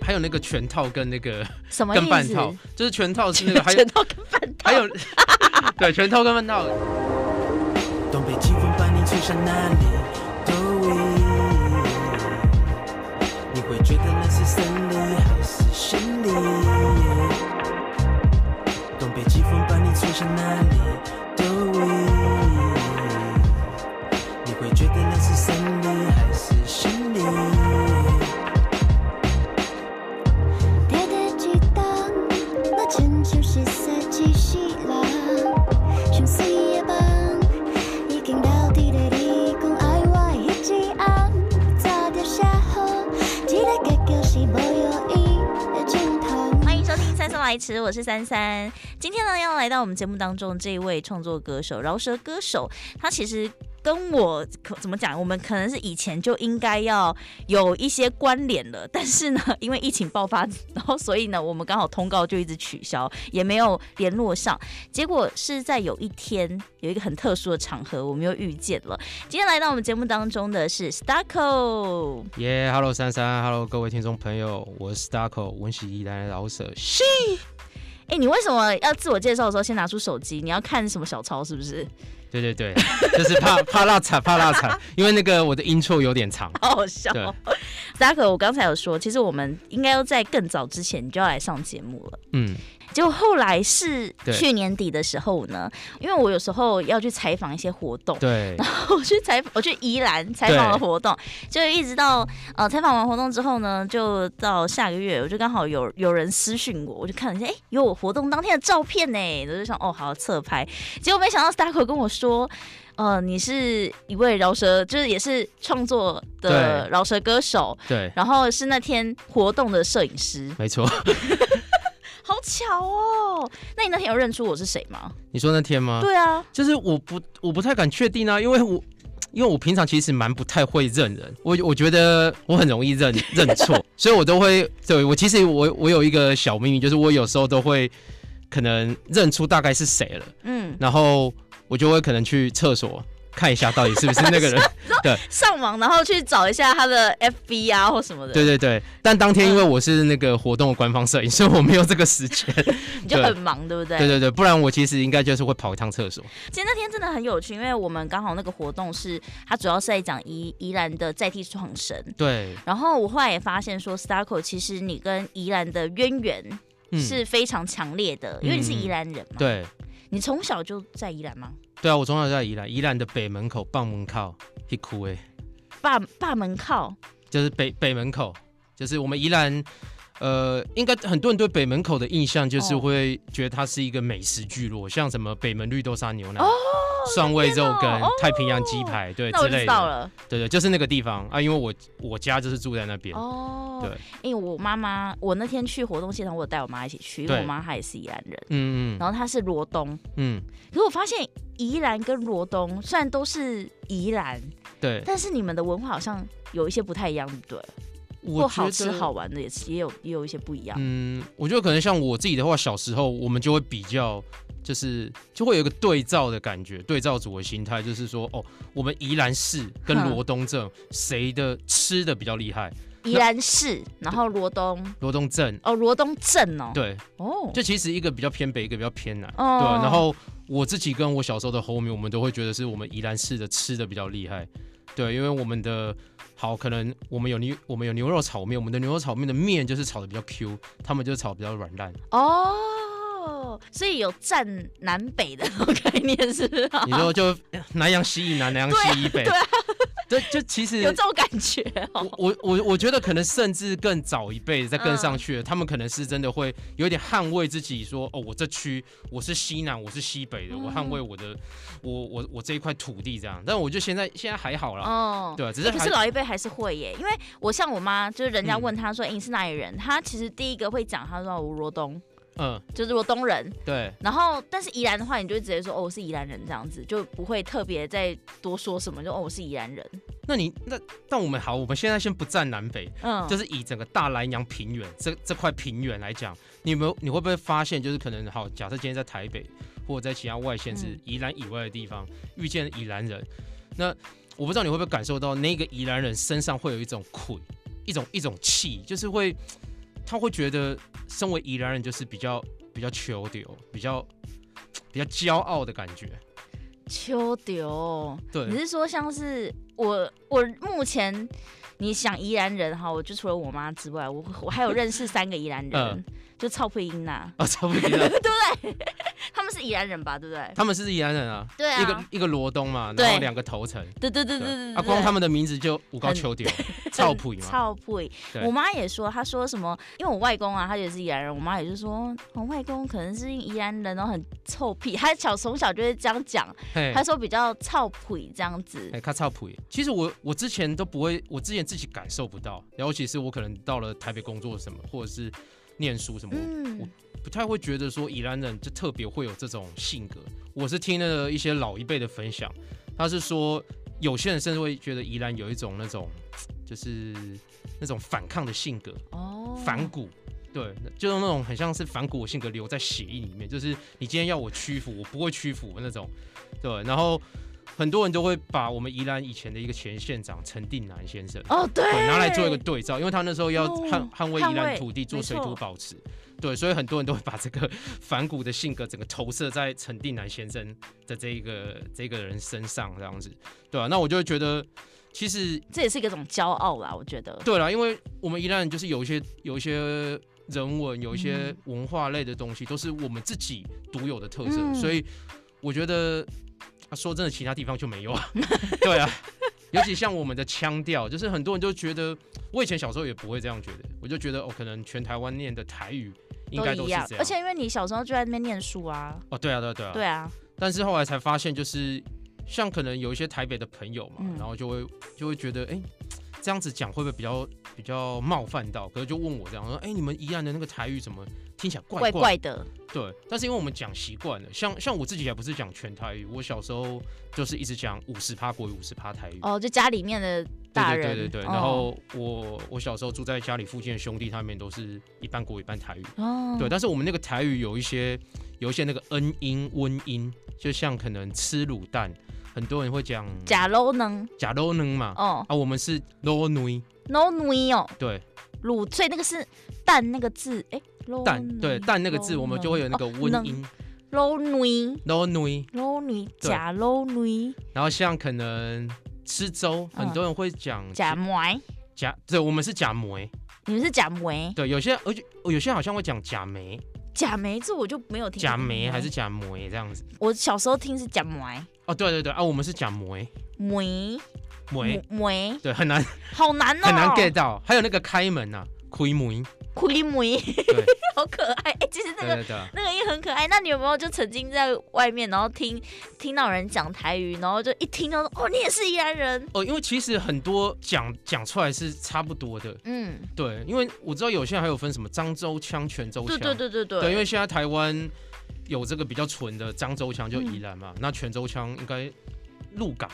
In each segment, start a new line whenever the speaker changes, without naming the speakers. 还有那个全套跟那个
什么
跟
意
半
思？
套，就是全套是那 个还有
全套跟半套，
还有 对全套跟半套，
东北季风把你吹向哪里都一样，你会觉得那是森林还是森林？东北季风把你吹向哪里都一样，你会觉得那是森林还是森林？
别的激荡，那真就是撒起希望。像四叶棒，已经到底的你讲爱我一起暗，早点下好，期待结局是无有意的尽头。
欢迎收听《三三来迟》，我是三三。今天呢，要来到我们节目当中这一位创作歌手，饶舌歌手，他其实。跟我可怎么讲？我们可能是以前就应该要有一些关联了，但是呢，因为疫情爆发，然后所以呢，我们刚好通告就一直取消，也没有联络上。结果是在有一天有一个很特殊的场合，我们又遇见了。今天来到我们节目当中的是 Starco，
耶、h e l l o 珊珊，Hello 各位听众朋友，我是 Starco 温习一来老舍，
哎、你为什么要自我介绍的时候先拿出手机？你要看什么小抄是不是？
对对对，就是怕 怕辣惨怕辣惨，因为那个我的 intro 有点长，
好好笑
对。
Stark，我刚才有说，其实我们应该要在更早之前你就要来上节目了。
嗯，
结果后来是
对
去年底的时候呢，因为我有时候要去采访一些活动，
对，
我去采访，我去宜兰采访了
对
活动，就一直到呃采访完活动之后呢，就到下个月，我就刚好有有人私讯我，我就看了一下，哎、有我活动当天的照片呢，我就想哦好侧拍，结果没想到 Starco 跟我说。呃，你是一位饶舌，就是也是创作的
对
饶舌歌手，
对，
然后是那天活动的摄影师，
没错。
好巧哦！那你那天有认出我是谁吗？
你说那天吗？
对啊，
就是我不我不太敢确定啊，因为我。因为我平常其实蛮不太会认人，我我觉得我很容易认认 错，所以我都会对我其实我我有一个小秘密，就是我有时候都会可能认出大概是谁了，
嗯，
然后我就会可能去厕所看一下到底是不是那个 人，
上网然后去找一下他的 FB 啊或什么的，
对对对。但当天因为我是那个活动的官方摄影，所以我没有这个时间，
你就很忙，对不对？
对对对，不然我其实应该就是会跑一趟厕所，
其实那天真的很有趣，因为我们刚好那个活动是它主要是在讲宜宜兰的在地创生，
对，
然后我后来也发现说，Starco 其实你跟宜兰的渊源
嗯，
是非常强烈的，因为你是宜兰人嘛，，
对。
你从小就在宜兰吗？
对啊，我从小就在宜兰，宜兰的北门口、棒门靠、一哭哎，
爸爸门靠，
就是北北门口，就是我们宜兰，呃，应该很多人对北门口的印象就是
哦
会觉得它是一个美食聚落，像什么北门绿豆沙牛奶、蒜味肉跟、
那哦边哦哦
太平洋鸡排，对
那我
之
就知
类
道
的，
了
对对，就是那个地方啊，因为我我家就是住在那边，
哦。
对，
因为我妈妈，我那天去活动现场，我有带我妈一起去，因为
对
我妈她也是宜兰人，
嗯嗯
然后她是罗东，
嗯，
可是我发现宜兰跟罗东虽然都是宜兰，
对，
但是你们的文化好像有一些不太一样，对不对？
我觉
或好吃
得
好玩的也是也有也有一些不一样。
嗯，我觉得可能像我自己的话，小时候我们就会比较，就是就会有一个对照的感觉，对照组的心态，就是说，哦，我们宜兰市跟
哼
罗东镇谁的吃的比较厉害？
宜兰市，然后罗东，
罗东镇，
哦，罗东镇哦，
对，
哦，
就其实一个比较偏北，一个比较偏南，
哦
对啊。然后我自己跟我小时候的 homie，我们都会觉得是我们宜兰市的吃的比较厉害，对，因为我们的。好，可能我们有牛，我们有牛肉炒面，我们的牛肉炒面的面就是炒的比较 Q，他们就是炒得比较软烂。
哦，所以有占南北的那种概念是不是
你说就南洋西以南，南洋西以北，
对啊
对，就其实
有这种感觉哦。
我我我我觉得可能甚至更早一辈再更
嗯
上去的，他们可能是真的会有点捍卫自己说，哦，我这区我是西南，我是西北的，我捍
嗯
卫我的我我我这一块土地这样。但我就现在现在还好啦，
哦，
对啊，只是
可
还
是老一辈还是会耶，因为我像我妈，就是人家
嗯
问她说：“哎、你是哪里人？”她其实第一个会讲，她说：“我罗东，
嗯
就是罗东人。
对”
然后，但是宜兰的话，你就会直接说：“哦，我是宜兰人。”这样子就不会特别再多说什么，就“哦，我是宜兰人。
那你那但我们好，我们现在先不站南北，”
嗯，
就是以整个大南洋平原这这块平原来讲，你有没有你会不会发现，就是可能好，假设今天在台北或者在其他外县市、
嗯
宜兰以外的地方遇见宜兰人，那我不知道你会不会感受到那个宜兰人身上会有一种苦，一种一种气，就是会他会觉得身为宜兰人就是比较比较求丢，比较比较骄傲的感觉。
秋丢，你
对，
是说像是我我目前你想宜兰人哈，我就除了我妈之外，我我还有认识三个宜兰人，
嗯
就曹佩英娜，
啊，差不多了。
他们是宜兰人吧，对不对？
他们是宜兰人啊，
对啊
一个一个罗东嘛，
对
然后两个头城。
对对对对嗯对对，
啊，光他们的名字就五高
很
秋丢， 赵普嘛，
超配
对
我妈也说，她说什么？因为我外公啊，他也是宜兰人，我妈也是说，我、外公可能是宜兰人，然哦后很臭屁，她小从小就会这样讲，
嘿
她，说比较臭屁这样子。
哎，他赵普。其实我我之前都不会，我之前自己感受不到，尤其是我可能到了台北工作什么，或者是念书什么，
嗯，
不太会觉得说宜兰人就特别会有这种性格。我是听了一些老一辈的分享，他是说有些人甚至会觉得宜兰有一种那种就是那种反抗的性格，
哦
反骨。对，就是那种很像是反骨的性格留在血液里面，就是你今天要我屈服，我不会屈服那种。对，然后很多人都会把我们宜兰以前的一个前县长啊陈定南先生，
哦，对
对，，拿来做一个对照，因为他那时候要
哦
捍捍卫宜
捍
兰
卫
土地做
没
水
错
土保持，对，所以很多人都会把这个反骨的性格整个投射在陈定南先生的这一个这个人身上，这样子，对啊，那我就会觉得，其实
这也是一个种骄傲啦，我觉得。
对啦，因为我们宜兰人就是有一些有一些人文、有一些
嗯
文化类的东西，都是我们自己独有的特色，
嗯
所以我觉得、啊说真的，其他地方就没有啊。 对啊，尤其像我们的腔调，就是很多人就觉得，我以前小时候也不会这样觉得，我就觉得哦，可能全台湾念的台语应该都
一
是这样
样，，而且因为你小时候就在那边念书啊，
哦，对啊，对啊，对啊，
对啊，
但是后来才发现，就是像可能有一些台北的朋友嘛，
嗯
然后就会就会觉得，哎、这样子讲会不会比较比较冒犯到？可是就问我这样说，哎、你们宜兰的那个台语怎么听起来怪
怪
怪？
怪的，
对，但是因为我们讲习惯了，像像我自己也不是讲全台语，我小时候就是一直讲五十趴国语，五十趴台语。
哦，就家里面的大
对对
人，
对对对，
哦
然后我我小时候住在家里附近的兄弟，他们都是一半国语一半台语，
哦，
对，但是我们那个台语有一些有一些那个恩音、温音，就像可能吃卤蛋，很多人会讲
假肉能
假肉能嘛，
哦
啊，我们是肉能，
，no nui 哦，
对
卤，所以那个是蛋那个字，哎、欸，
蛋对蛋那个字，我们就会有那个温音
哦肉女
肉能，
肉女
对
假肉女
然后像可能吃粥，
嗯
很多人会讲
假梅，
假，对，我们是假梅，
你们是假梅
对，有些而且有些好像会讲假梅、
假梅，这我就没有听过
假梅还是假梅这样子，
我小时候听是假梅
哦，对对对，啊，我们是假梅
梅嗯
梅，
梅，
对，很难
好难哦，
很难 get 到，还有那个开门呐、啊，开门。
奎梅
对，
好可爱，哎、其实那
对
个。
对对啊，
那个也很可爱。那你有没有就曾经在外面，然后听听到人讲台语，然后就一听到说哦，你也是宜兰人，
哦，因为其实很多讲讲出来是差不多的，
嗯，
对，因为我知道有些人还有分什么漳州腔、泉州
对
腔，
对对对对，
对因为现在台湾有这个比较纯的漳州腔，就宜兰嘛，
嗯
那泉州腔应该鹿港，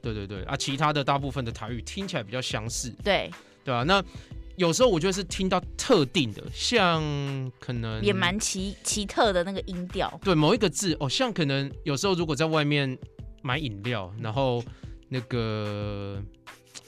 对对对，啊，其他的大部分的台语听起来比较相似，
对
对啊，那有时候我就是听到特定的，像可能
也蛮奇奇特的那个音调。
对某一个字哦，像可能有时候如果在外面买饮料，然后那个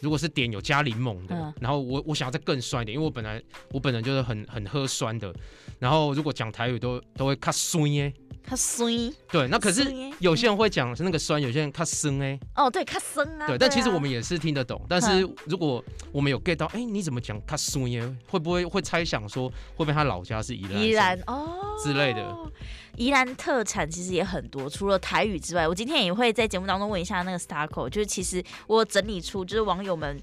如果是点有加柠檬的，
嗯
然后我我想要再更酸一点，因为我本来我本来就是很很喝酸的，然后如果讲台语都都会卡酸耶，
它酸
对，那啊可
酸
是
耶
有些人会讲是那个酸，有些人卡酸哎，
哦，对，它生啊。
对，但
啊嗯
其实我们也是听得懂，但是如果我们有 get 到，哎，你怎么讲卡酸耶？会不会会猜想说会不会他老家是宜兰？
宜兰哦
之类的。
宜兰特产其实也很多，除了台语之外，我今天也会在节目当中问一下那个 Starco，就是其实我有整理出就是网 友们，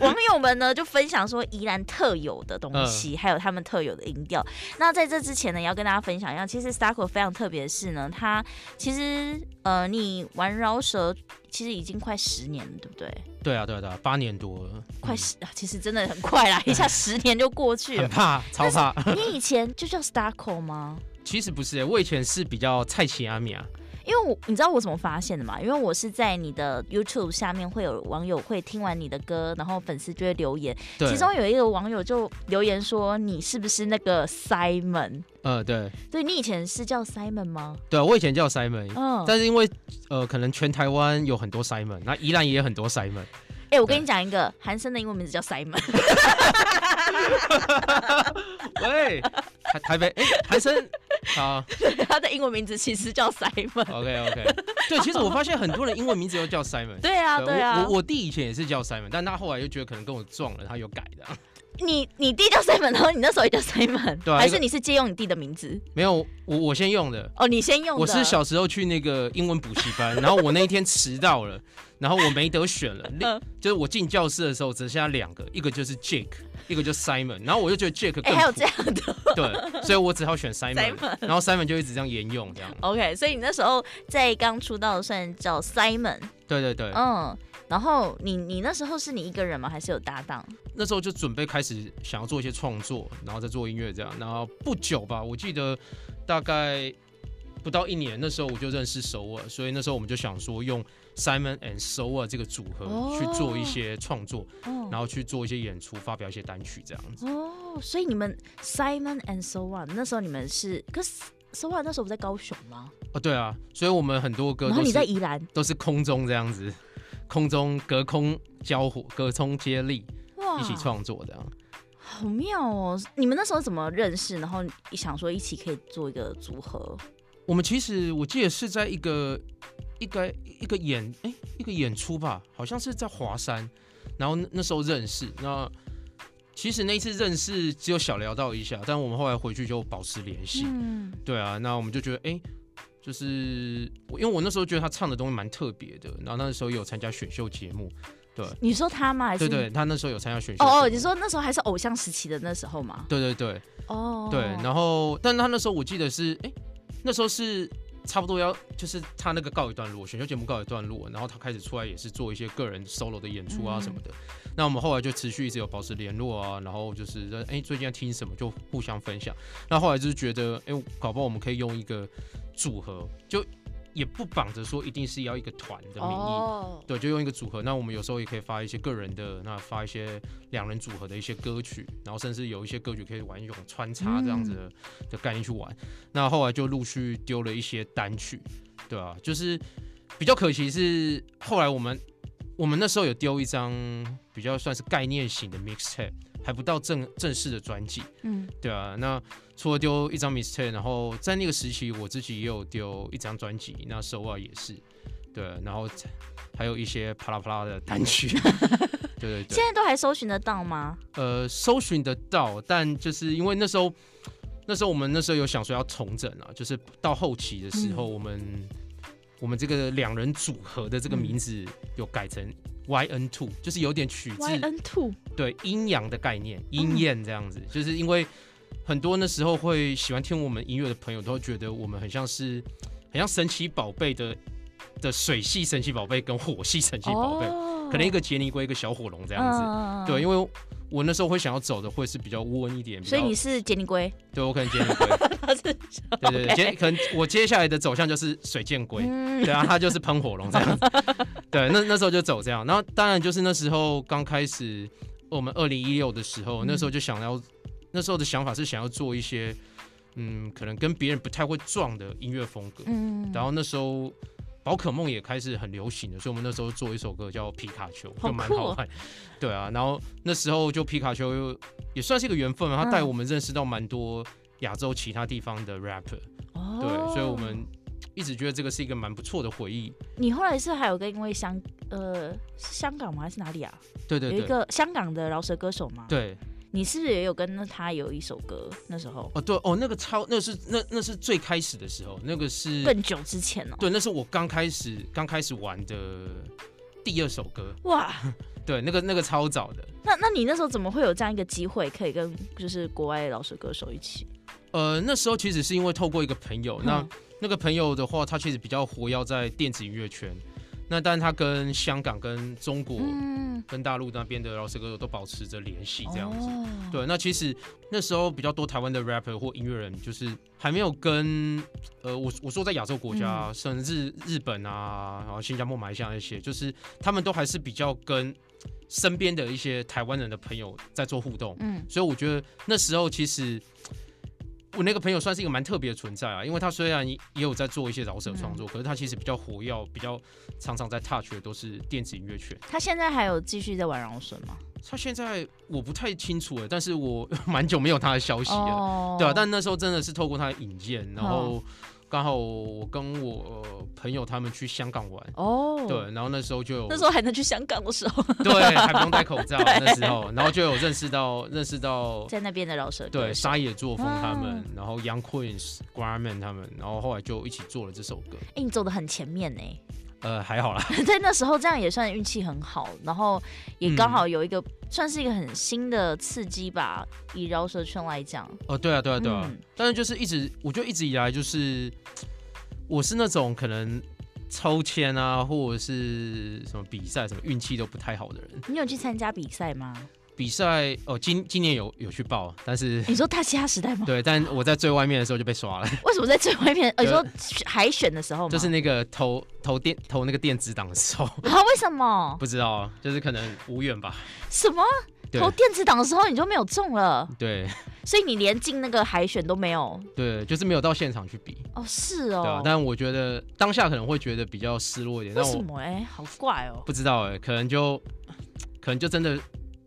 网友们呢就分享说宜兰特有的东西，
嗯
还有他们特有的音调。那在这之前呢，也要跟大家分享一下，其实 Starco 非常特别的是呢，它其实呃，你玩饶舌其实已经快十年了，对不对？
对啊，对啊，对啊，八年多了，嗯
快十、啊，其实真的很 快啦，一下十年就过去
很
了。
怕，超怕。
你以前就叫 Starco 吗？
其实不是、欸，我以前是比较菜奇阿米啊，
因为我你知道我怎么发现的吗？因为我是在你的 YouTube 下面会有网友会听完你的歌，然后粉丝就会留言。
对，
其中有一个网友就留言说：“你是不是那个 Simon？”
呃对
对你以前是叫 Simon 吗？
对，啊我以前叫 Simon，、
嗯，哎、
但是因为呃可能全台湾有很多 Simon，那宜兰也有很多 Simon，
我跟你讲一个，韩生的英文名字叫 Simon，
喂，台台北，哎、韩生，好
他的英文名字其实叫 Simon。
，OK OK。对，其实我发现很多人英文名字都叫 Simon。
对啊，对啊
我，我我弟以前也是叫 Simon，但他后来就觉得可能跟我撞了，他有改的。
你你弟叫 Simon，然后你那时候也叫 Simon，
对啊
还
一
是
个
你是借用你弟的名字？
没有，我我先用的。
哦，你先用的。
我是小时候去那个英文补习班，然后我那一天迟到了，然后我没得选 了，另
嗯
就是我进教室的时候只剩下两个，一个就是 Jake，一个就是 Simon，然后我就觉得 Jake
哎、
更
还有
普
这样的。
对，所以我只好选 Simon，,
Simon 哦
然后 Simon 就一直这样沿用这样，
OK，所以你那时候在刚出道算叫 Simon，
对对对，
嗯，然后你你那时候是你一个人吗？还是有搭档？
那时候就准备开始想要做一些创作，然后再做音乐这样，然后不久吧，我记得大概不到一年，那时候我就认识首尔，所以那时候我们就想说用 Simon and 首尔这个组
哦
合去做一些创作，
哦
然后去做一些演出，发表一些单曲这样子。
哦，所以你们 Simon and So On 那时候你们是，可是 So On 那时候不在高雄吗？
哦，对啊，所以我们很多歌
然后
都
你在
是
宜兰，
都是空中这样子，空中隔空交火，隔空接力
哇
一起，创作这样。
好妙哦！你们那时候怎么认识？然后想说一起可以做一个组合？
我们其实我记得是在一个一个一个演哎、一个演出吧，好像是在华山，然后那那时候认识。那其实那一次认识只有小聊到一下，但我们后来回去就保持联系。
嗯，
对啊，那我们就觉得哎。就是我，因为我那时候觉得他唱的东西蛮特别的，然后那时候有参加选秀节目，
你说他吗？还
对
是
对，他那时候有参加选秀节目，
哦哦，你说那时候还是偶像时期的那时候吗？
对对对，
哦，
对，然后，但他那时候我记得是，哎、那时候是差不多要，就是他那个告一段落，选秀节目告一段落，然后他开始出来也是做一些个人 solo 的演出啊
嗯
什么的。那我们后来就持续一直有保持联络啊，然后就是，哎、最近在听什么就互相分享。那后来就是觉得，哎、搞不好我们可以用一个组合，就也不绑着说一定是要一个团的名义。
哦，
对，就用一个组合。那我们有时候也可以发一些个人的，那发一些两人组合的一些歌曲，然后甚至有一些歌曲可以玩一种穿插这样子的,、的概念去玩。那后来就陆续丢了一些单曲，对啊，就是比较可惜是后来我们我们那时候有丢一张比较算是概念型的 mixtape，还不到正正式的专辑，
嗯，
对啊，那除了丢一张 mixtape，然后在那个时期我自己也有丢一张专辑，那首尔也是，对，啊然后还有一些啪啦啪啦的单曲， 对对
现
对，
在都还搜寻得到吗？
呃，搜寻得到，但就是因为那时候，那时候我们那时候有想说要重整啊，就是到后期的时候，我们我们这个两人组合的这个
嗯
名字有改成 YN Two，就是有点取自
Two，
对阴阳的概
嗯
念，阴艳这样子，就是因为很多那时候会喜欢听我们音乐的朋友，都会觉得我们很像是很像神奇宝贝的的水系神奇宝贝跟火系神奇宝贝，
哦
可能一个杰尼龟一个小火龙这
这
样子。对，因
为
为我那时候会想要走的会是比较温一点，比较
所以你是杰尼 龟，
对我可能杰尼龟，
他是
对对对，接可能我接下来的走向就是水箭龟，
嗯
对啊，他就是喷火龙这样子。对，那那时候就走这样。然后当然就是那时候刚开始，我们二零一六的时候，
嗯
那时候就想要，那时候的想法是想要做一些，嗯，可能跟别人不太会撞的音乐风格。
嗯
然后那时候。宝可梦也开始很流行了，所以我们那时候做一首歌叫《皮卡丘》，
好
就蛮
酷
好
哦
玩。对啊，然后那时候就皮卡丘又也算是一个缘
嗯
分嘛，他带我们认识到蛮多亚洲其他地方的 rapper，、
哦
对，所以我们一直觉得这个是一个蛮不错的回忆。
你后来是还有个因为香呃是香港吗还是哪里啊？
对对
有
对，
一个香港的饶舌歌手吗？，
对
你是不是也有跟那他有一首歌？那时候
哦对哦，那个超那是那那是最开始的时候，那个是
更久之前哦。
对，那是我刚开始刚开始玩的第二首歌，
哇，
对，那个那个超早的。
那那你那时候怎么会有这样一个机会，可以跟就是国外的饶舌歌手一起？
呃，那时候其实是因为透过一个朋友，那
嗯
那个朋友的话，他其实比较活跃在电子音乐圈，那但他跟香港、跟中国、
嗯，
跟大陆那边的饶舌歌手都保持着联系，这样子。
哦，
对，那其实那时候比较多台湾的 rapper 或音乐人，就是还没有跟呃，我我说在亚洲国家
嗯
啊，甚至日本啊，然后新加坡、马来西亚那些，就是他们都还是比较跟身边的一些台湾人的朋友在做互动，
嗯，
所以我觉得那时候其实。我那个朋友算是一个蛮特别的存在啊，因为他虽然也有在做一些饶舌创
嗯
作，可是他其实比较活跃，比较常常在 touch 的都是电子音乐圈。
他现在还有继续在玩饶舌吗？
他现在我不太清楚哎，但是我 蛮久没有他的消息了。
哦
对啊，但那时候真的是透过他的引荐，然后刚好我跟我呃朋友他们去香港玩，
哦，
对，然后那时候就有
那时候还能去香港的时候，
对还不用戴口罩啊 那时候，然后就有认识到认识到
在那边的饶舌歌
对哦
手。
沙野作风他们
啊，
然后 Young Queens、Grandman 他们，然后后来就一起做了这首歌，
哎、你走的很前面呢、
呃，还好啦，
在那时候这样也算运气很好，然后也
嗯
刚好有一个、算是一个很新的刺激吧，以饶舌圈来讲，
哦，对啊，对啊，对啊，
嗯
但是就是一直，我就一直以来就是，我是那种可能抽签啊，或者是什么比赛、什么运气都不太好的人。
你有去参加比赛吗？
比赛哦，今今年有有去报，但 是
你说大嘻哈时代吗？
对，但我在最外面的时候就被刷了，
为什么在最外面？呃，你
对
说海选的时候吗？
就是那个投投电投那个电子档的时候，
啊，为什么？
不知道，就是可能无缘吧。
什么
对
投电子档的时候你就没有中了，
对
所以你连进那个海选都没有？
对，就是没有到现场去比，
哦，是
对啊
哦。。
但我觉得当下可能会觉得比较失落一点，
为
但
什
我
么？哎、好怪哦。
不知道哎、可能就可能就真的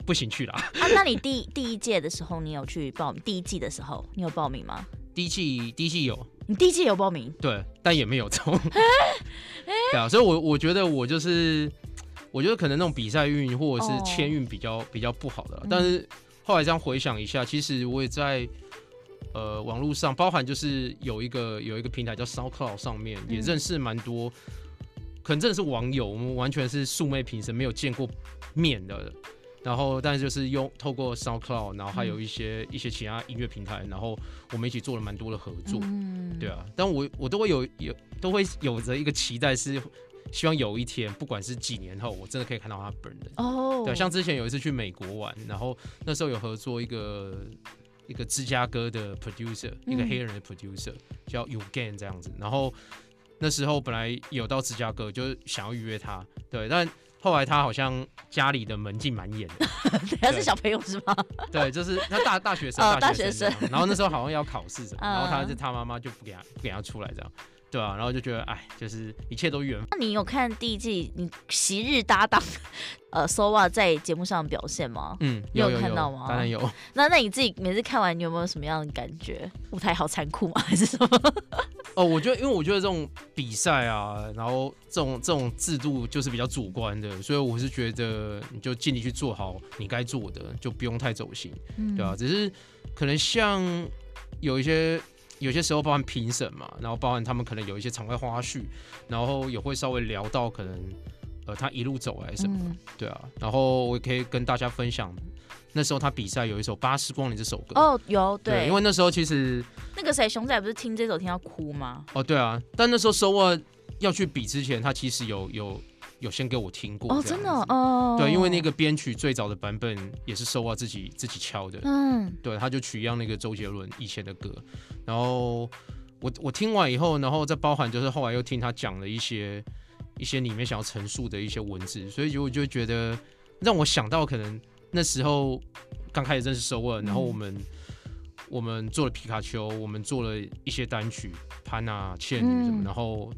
不行去了。
啊，那你第第一届的时候，你有去报名？第一季的时候，你有报名吗？
第一季第一季有，
你第一季有报名？
对，但也没有 中。对啊，所以我，我觉得我就是，我觉得可能那种比赛运或者
哦嗯
是签运比较、比较不好的啦，但是后来这样回想一下，其实我也在呃网络上，包含就是有一个有一个平台叫 SoundCloud 上面，也
嗯
认识蛮多，可能真的是网友，我们完全是素昧平生，没有见过面的。然后，但是就是用透过 SoundCloud，然后还有
嗯
一些、一些其他音乐平台，然后我们一起做了蛮多的合作。
嗯，
对啊，但我我都会有有都会有着一个期待是。希望有一天，不管是几年后，我真的可以看到他本人。
哦，
对，像之前有一次去美国玩，然后那时候有合作一个一个芝加哥的 producer，、一个
嗯
黑人的 producer 叫 u g a n 这样子。然后那时候本来有到芝加哥，就是想要预约他，对，但后来他好像家里的门禁蛮严的，
他是小朋友是吗？
对，就是他大大学生，
哦
大学生
大
这样，然后那时候好像要考试什么，
嗯
然后他就他妈妈就不给他不给他出来这样，对啊，然后就觉得哎，就是一切都缘分。
那你有看第一季你昔日搭档 呃 Sova 在节目上的表现吗？
嗯，
你有
有有
看到吗
当然有，
那那你自己每次看完，你有没有什么样的感觉？舞台好残酷吗？还 是什么？
哦，我觉得，因为我觉得这种比赛啊，然后这种这种制度就是比较主观的，所以我是觉得你就尽力去做好你该做的，就不用太走心，
嗯
对啊，，只是可能像有一些有些时候，包含评审嘛，然后包含他们可能有一些场外花絮，然后也会稍微聊到可能呃他一路走来什么，
嗯
对啊，然后我也可以跟大家分享。那时候他比赛有一首《巴斯光年》这首歌，
哦，有
对，因为那时候其实
那个谁熊仔不是听这首听到哭吗？
哦，对啊，但那时候 Sowa 要去比之前，他其实有有有先给我听过
哦，
这样
真的
子
哦，
对，因为那个编曲最早的版本也是 Sowa 自己自己敲的，
嗯
对，他就取样那个周杰伦以前的歌，然后我我听完以后，然后再包含就是后来又听他讲了一些一些里面想要陈述的一些文字，所以就我就觉得让我想到可能那时候刚开始认识 s o w 然后
嗯
我们、我们做了皮卡丘，我们做了一些单曲，潘啊、倩女什么，
嗯
然后。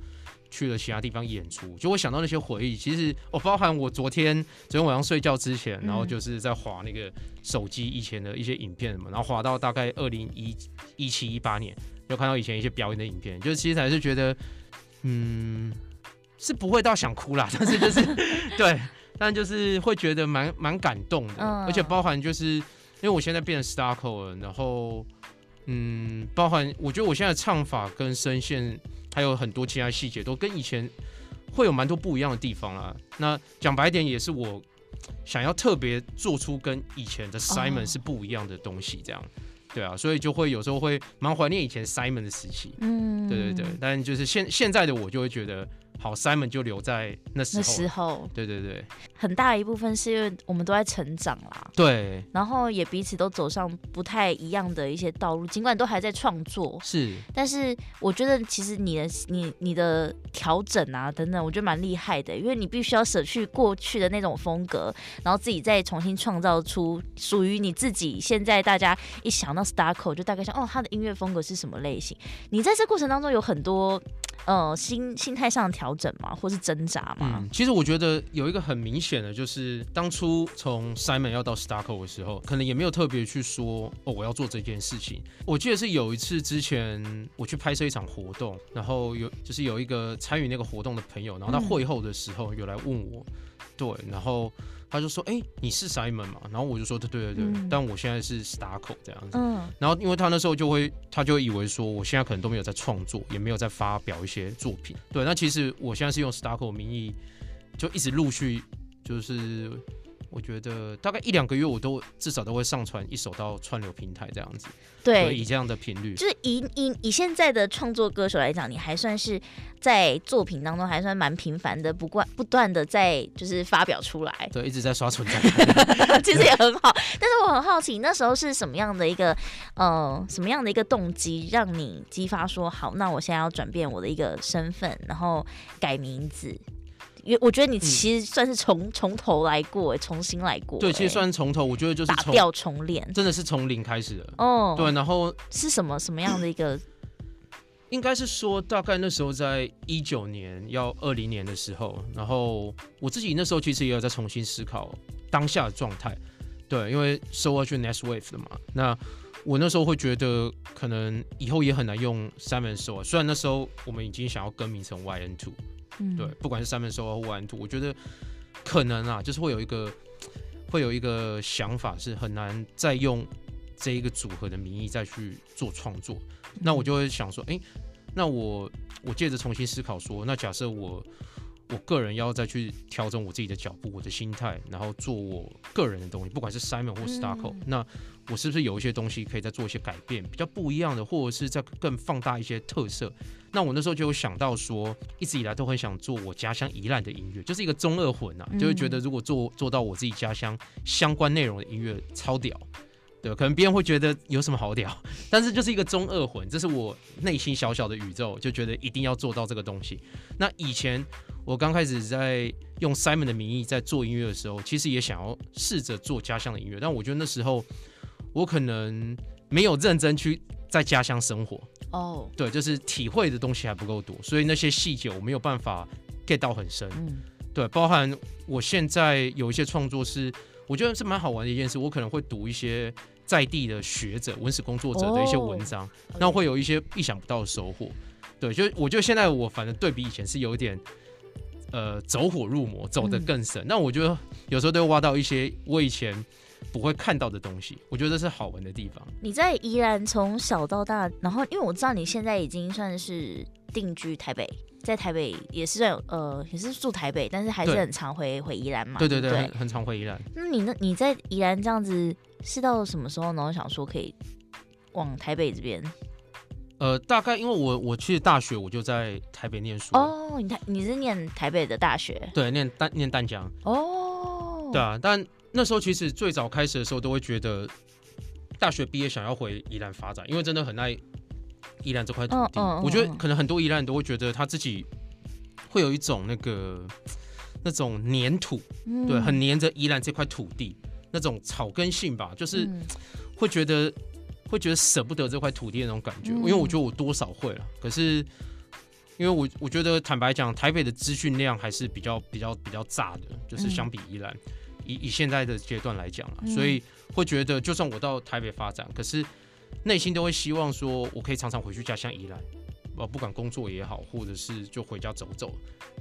去了其他地方演出，就我想到那些回忆。其实哦，包含我昨天昨天晚上睡觉之前，然后
嗯
就是在划那个手机以前的一些影片什么，然后滑到大概二零一一七一八年，就看到以前一些表演的影片，就其实还是觉得，嗯，是不会到想哭啦， 但是就是 对，但就是会觉得蛮蛮感动的，
嗯
而且包含就是因为我现在变成 Starco 了，然后嗯，包含我觉得我现在的唱法跟声线还有很多其他细节都跟以前会有蛮多不一样的地方啦。那讲白一点，也是我想要特别做出跟以前的 Simon
哦
是不一样的东西，这样。对啊，所以就会有时候会蛮怀念以前 Simon 的时期，
嗯，
对对对。但就是现现在的我就会觉得，好 Simon 就留在那时
那
候，
时候
对对对
很大一部分是因为我们都在成长啦，
对，
然后也彼此都走上不太一样的一些道路，尽管都还在创作，
是，
但是我觉得其实你的你你的调整啊等等，我觉得蛮厉害的，因为你必须要舍去过去的那种风格，然后自己再重新创造出属于你自己。现在大家一想到 Starco 就大概想哦，他的音乐风格是什么类型？你在这过程当中有很多。呃，心心态上的调整吗，或是挣扎吗？
嗯，其实我觉得有一个很明显的，就是当初从 Simon 要到 Starco 的时候，可能也没有特别去说哦，我要做这件事情。我记得是有一次之前我去拍摄一场活动，然后有就是有一个参与那个活动的朋友，然后他
嗯
会后的时候有来问我，对，然后他就说，哎、你是 Simon 嘛？然后我就说，对对对对，
嗯
但我现在是 Starco 这样子。
嗯
然后因为他那时候就会，他就以为说我现在可能都没有在创作，也没有在发表一些作品。对，那其实我现在是用 Starco 名义，就一直陆续就是。我觉得大概一两个月，我都至少都会上传一首到串流平台这样子，
对，
以这样的频率，，
就是以以以现在的创作歌手来讲，你还算是在作品当中还算蛮频繁的，不断不断的在就是发表出来
对，一直在刷存在感。
其实也很好。但是我很好奇，那时候是什么样的一个呃什么样的一个动机，让你激发说好，那我现在要转变我的一个身份，然后改名字。因为我
嗯
觉得你其实算是从从头来过，欸重新来过。欸
对，其实算从头，我觉得就是
打
从
掉重练。
真的是从零开始的。
哦，
对，，然后
是什么什么样的一个？
应该是说，大概那时候在一九年要二零年的时候，然后我自己那时候其实也有在重新思考当下的状态，对，因为收要去 Next Wave 的嘛，那我那时候会觉得可能以后也很难用 Simon s o a 虽然那时候我们已经想要更名成 YN Two，
嗯
对，不管是 Simon s o a 或 YN Two，我觉得可能啊，就是会有一个会有一个想法是很难再用这一个组合的名义再去做创作，那我就会想说，诶，那我我借着重新思考说，那假设我我个人要再去调整我自己的脚步、我的心态，然后做我个人的东西，不管是 Simon 或 Starco，、
嗯
那我是不是有一些东西可以再做一些改变，比较不一样的，或者是再更放大一些特色？那我那时候就有想到说，一直以来都很想做我家乡宜兰的音乐，就是一个中二魂啊，就会觉得如果做做到我自己家乡相关内容的音乐，超屌。对，可能别人会觉得有什么好屌，但是就是一个中二魂，这是我内心小小的宇宙，就觉得一定要做到这个东西。那以前我刚开始在用 Simon 的名义在做音乐的时候，其实也想要试着做家乡的音乐，但我觉得那时候我可能没有认真去在家乡生活，
哦，
对，就是体会的东西还不够多，所以那些细节我没有办法 get 到很深。
嗯
对，包含我现在有一些创作是，我觉得是蛮好玩的一件事。我可能会读一些在地的学者、文史工作者的一些文章，那会有一些意想不到的收获。对，就我觉得现在我反正对比以前是有一点，呃，走火入魔，走得更深。那我觉得有时候都会挖到一些我以前不会看到的东西，我觉得这是好玩的地方。
你在宜兰从小到大，然后因为我知道你现在已经算是定居台北，在台北也是算有呃也是住台北，但是还是
对
很常回回宜兰嘛。
对对
对
对，
不
很很常回宜兰。
那你呢？你在宜兰这样子是到什么时候呢？我想说可以往台北这边
呃，大概因为我我去大学我就在台北念书，
哦。你台你是念台北的大学
对，念淡念淡江。
哦？
对啊，但那时候其实最早开始的时候，都会觉得大学毕业想要回宜兰发展，因为真的很爱宜兰这块土地。
嗯嗯嗯
我觉得
嗯
可能很多宜兰人都会觉得他自己会有一种那个那种粘土，
嗯
对，很黏着宜兰这块土地那种草根性吧，就是
嗯
会觉得会觉得舍不得这块土地的那种感觉，
嗯
因为我觉得我多少会了，可是。因为我我觉得坦白讲，台北的资讯量还是比较比较比较炸的，就是
嗯
相比宜兰，以以现在的阶段来讲啦，
嗯
所以会觉得就算我到台北发展，可是内心都会希望说我可以常常回去家乡宜兰，呃，不管工作也好，或者是就回家走走，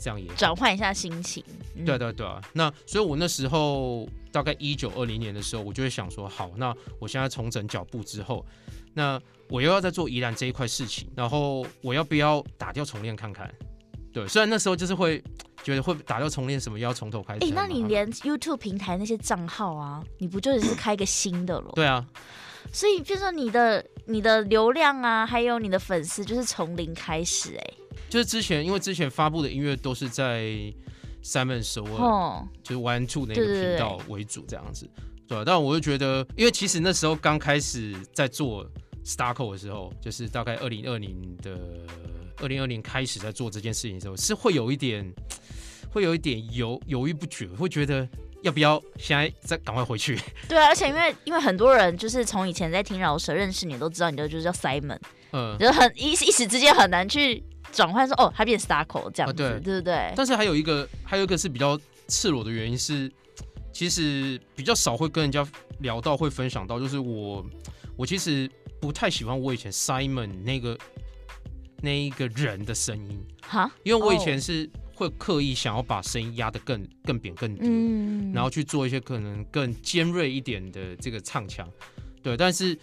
这样也好。
转换一下心情。嗯
对啊对啊对啊，那所以我那时候大概一九二零年的时候，我就会想说，好，那我现在重整脚步之后，那我又要再做宜兰这一块事情，然后我要不要打掉重练看看？对，虽然那时候就是会觉得会打掉重练什么，要从头开始
哎、
很麻
那
烦。
你连 YouTube 平台那些账号啊，你不就只是开一个新的咯？
对啊，
所以，比如说你的你的流量啊，还有你的粉丝，就是从零开始、欸
就是之前因为之前发布的音乐都是在 Simon s o
哎，
w
吼，
就是 One Two 那
对
个
对
频道为主这样子，对啊但我就觉得，因为其实那时候刚开始在做 Starco 的时候，就是大概二零二零的二零二零开始在做这件事情的时候，是会有一点，会有一点犹犹豫不决，会觉得要不要现在再赶快回去？
对啊，而且因为因为很多人就是从以前在听饶舌认识你，都知道你的就是叫 Simon，
嗯，
就是很一一时之间很难去转换说哦，它变 Starco 这样
啊
子，
对
对不对？
但是还有一个，还有一个是比较赤裸的原因是，其实比较少会跟人家聊到，会分享到，就是我，我其实不太喜欢我以前 Simon 那个那一个人的声音，
哈，
因为我以
哦
前是会刻意想要把声音压得更更扁更低，
嗯，
然后去做一些可能更尖锐一点的这个唱腔，对。但是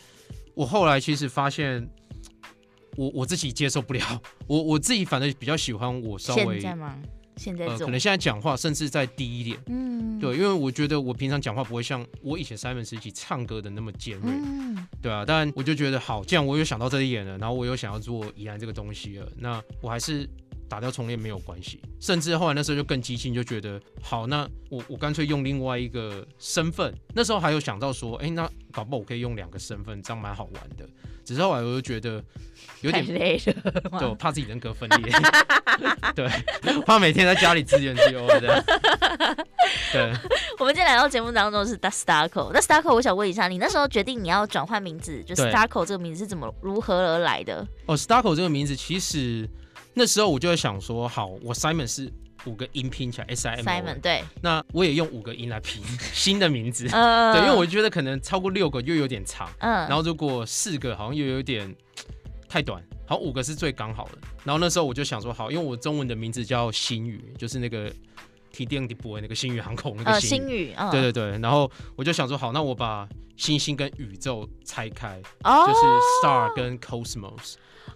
我后来其实发现，我我自己接受不了，我我自己反正比较喜欢我稍微
现在吗？现在
呃，
这
可
种，
能现在讲话甚至再低一点，
嗯，
对，因为我觉得我平常讲话不会像我以前 Simon 时期唱歌的那么尖锐，
嗯，
对啊，但我就觉得好，既然我有想到这一点了，然后我有想要做宜兰这个东西了，那我还是打掉重练没有关系。甚至后来那时候就更激进，就觉得好，那我我干脆用另外一个身份。那时候还有想到说，哎、那搞不好我可以用两个身份，这样蛮好玩的。只是后来我就觉得有
太
点
累了
对，我
嘛，
怕自己人格分裂， 对，怕每天在家里自言自语的， 对，
我们今天来到节目当中是 The Starco，那 Starco，我想问一下，你那时候决定你要转换名字，就是
对
Starco 这个名字是怎么如何而来的？
哦，Starco 这个名字其实那时候我就在想说，好，我 Simon 是五个音拼起来 S I M，O
Simon 对，
那我也用五个音来拼新的名字，
呃
对，因为我觉得可能超过六个又有点长，
嗯，
然后如果四个好像又有点太短，好像五个是最刚好的。然后那时候我就想说，好，因为我中文的名字叫新宇，就是那个提电的波那个新宇航空那个
呃
新宇
星。宇，嗯，
对对对，然后我就想说，好，那我把星星跟宇宙拆开，
哦，
就是 star 跟 cosmos，、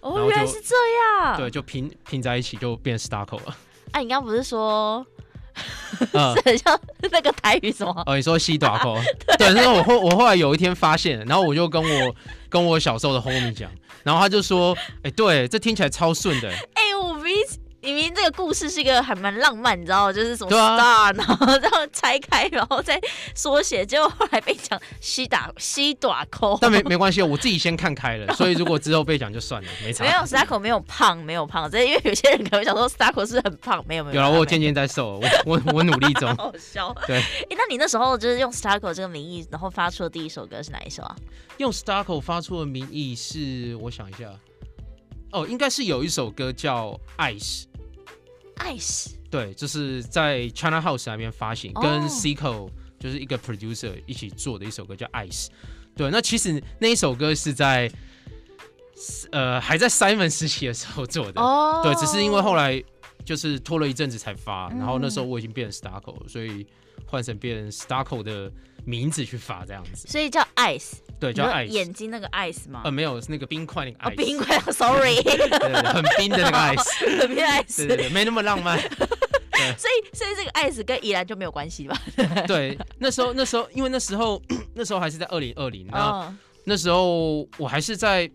然
哦，
后
原来
就是
这样，
对，，就拼拼在一起就变 starco 了。
哎，你刚刚不是说
嗯
是，
呃
很 像那个台语什么？
哦，你说西短 扣，对，然后我后我后来有一天发现，然后我就跟我跟我小时候的 homie 讲，然后他就说，哎、对，这听起来超顺 的，
哎、我明明明这个故事是一个还蛮浪漫，你知道，就是什么
对啊
star，、然后这样拆开，然后再缩写，结果后来被讲西打西打扣，
但没没关系，我自己先看开了，所以如果之后被讲就算了，没差。
没有 star 口没有胖，没有胖，这因为有些人可能会想说 star 口是不是很胖，没有没有，
有了，啊我
没。
有渐渐在瘦，我我我努力中
好笑。
对
哎、那你那时候就是用 star 口这个名义，然后发出的第一首歌是哪一首啊？
用 Starco 发出的名义是，我想一下，哦，应该是有一首歌叫《Ice》，
爱死，
对，就是在 China House 那边发行，
哦
跟 Cico 就是一个 producer 一起做的一首歌叫《Ice》。对，那其实那一首歌是在呃还在 Simon 时期的时候做的，
哦嗯
对，只是因为后来就是拖了一阵子才发，然后那时候我已经变成 Starco，了所以换成变 Starco 的名字去发这样子，
所以叫 ice，
对，
你
叫
说
Ice。
眼睛那个 ice 吗？
呃，没有，是那个冰块那个
啊，
ice，
冰块 ，sorry，
对对对很冰的那个 ice，
冰块
对
ice
对。对，没那么浪漫。
所以，所以这个 ice 跟宜兰就没有关系吧？
对，那时候那时候，因为那时候 那时候还是在二零二零，那
嗯，
那时候我还是在。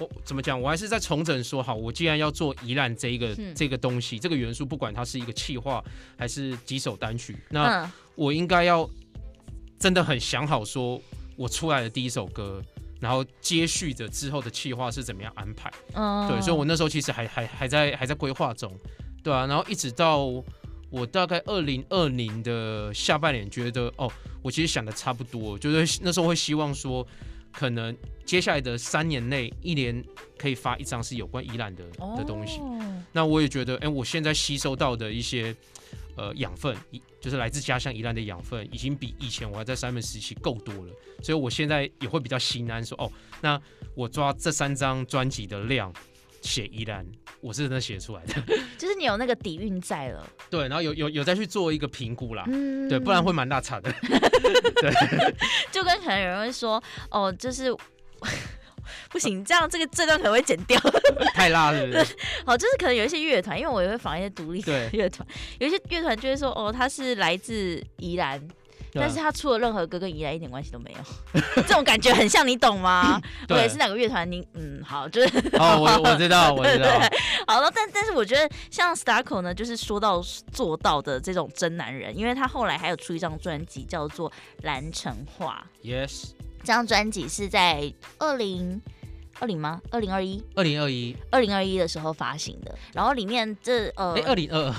我怎么讲？我还是在重整说好，我既然要做宜兰这一个、
嗯
这个东西，这个元素，不管它是一个气化还是几首单曲，那
嗯，
我应该要真的很想好，说我出来的第一首歌，然后接续着之后的气化是怎么样安排。
嗯
对，所以我那时候其实还还还在还在规划中，对啊，然后一直到我大概二零二零的下半年，觉得哦，我其实想的差不多，就是那时候会希望说，可能接下来的三年内，一年可以发一张是有关宜兰的的东西。
哦
那我也觉得，哎、我现在吸收到的一些呃养分，一就是来自家乡宜兰的养分，已经比以前我还在 Simon 时期够多了，所以我现在也会比较心安说哦，那我抓这三张专辑的量写宜兰，我是真的写出来的，
就是你有那个底蕴在了，
对，然后有有有再去做一个评估啦。
嗯
对，不然会蛮大差的。
就跟可能有人会说，哦，就是。 不行，这样这个这段可能会剪掉。
太辣 了是不是。
好，就是可能有一些乐团，因为我也会仿一些独立
对
乐团，有一些乐团就会说，哦，他是来自宜兰，但是
对啊
他出的任何歌跟宜兰一点关系都没有， 这种感觉很像，你懂吗？
对
或者是哪个乐团？你嗯，好，就是
哦，我我知 道，我
对
知
对
道，
好了，但但是我觉得像 Starco 呢，就是说到做到的这种真男人，因为他后来还有出一张专辑叫做《蓝城画》，
，yes，
这张专辑是在二零二零吗？二零二一。
二零二一，
二零二一的时候发行的，然后里面这呃
哎，，二零二二，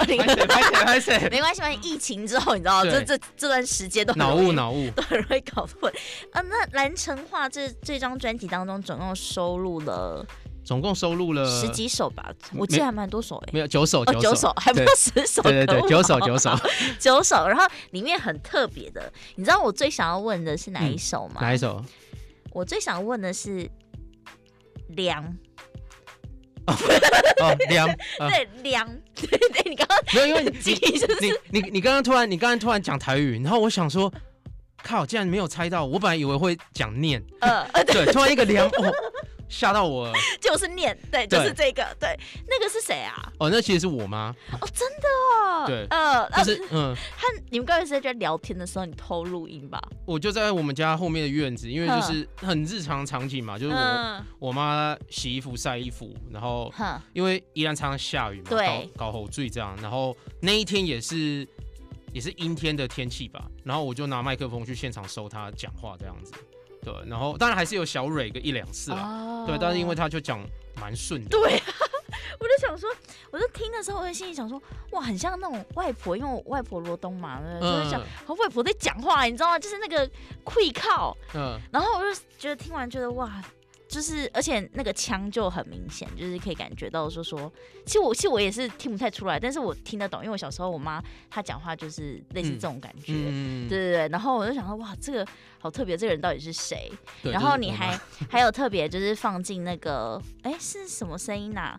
二 零
拍谁拍谁拍谁，
没关系，反正疫情之后你知道，这
对
这这段时间都很
脑
容易
雾脑雾，
都 很容易呃搞混。啊，那《蓝城画》这这张专辑当中，总共收录了
总共收录了
十几首吧，我记得还蛮多首哎、
呃没有九首，
哦，九首还不
对
到十首，
对对 对，九首九首，
九首，然后里面很特别的，你知道我最想要问的是哪一首吗？
哪一首？
我最想问的是凉，
哦，两 啊，
对凉，对对，你刚刚
没有， 因为你
记忆就是
你你你刚刚突然你刚刚突然讲台语，然后我想说，靠，竟然没有猜到，我本来以为会讲念，
呃呃， 对，
对，突然一个两，哦，吓到我了，
就是念，对，就
对
是这个，对，那个是谁啊？
哦，那其实是我妈，
哦，真的哦，
对
呃，
就
呃，
是嗯，
他你们刚才是在聊天的时候，你偷录音吧？
我就在我们家后面的院子，因为就是很日常场景嘛，就是我
嗯，
我妈洗衣服晒衣服，然后
哼，
因为依然常常下雨嘛，
对
搞搞猴醉这样，然后那一天也是也是阴天的天气吧，然后我就拿麦克风去现场收她讲话这样子，对，然后当然还是有小蕊个一两次啦，
哦
对，但是因为她就讲蛮顺的，
对、啊， 我就想说，我就听的时候，我就心里想说，哇，很像那种外婆，因为我外婆罗东嘛，对不对就
嗯
是想和外婆在讲话，你知道吗？就是那个会靠，
嗯，
然后我就觉得听完觉得哇。就是，而且那个腔就很明显，就是可以感觉到说说，其实我其实我也是听不太出来，但是我听得懂，因为我小时候我妈她讲话就是类似这种感觉，
嗯，
对对对。然后我就想说，哇，这个好特别，这个人到底是谁？
对
然
就是
后你
我妈
还还有特别就是放进那个，哎，是什么声音呐？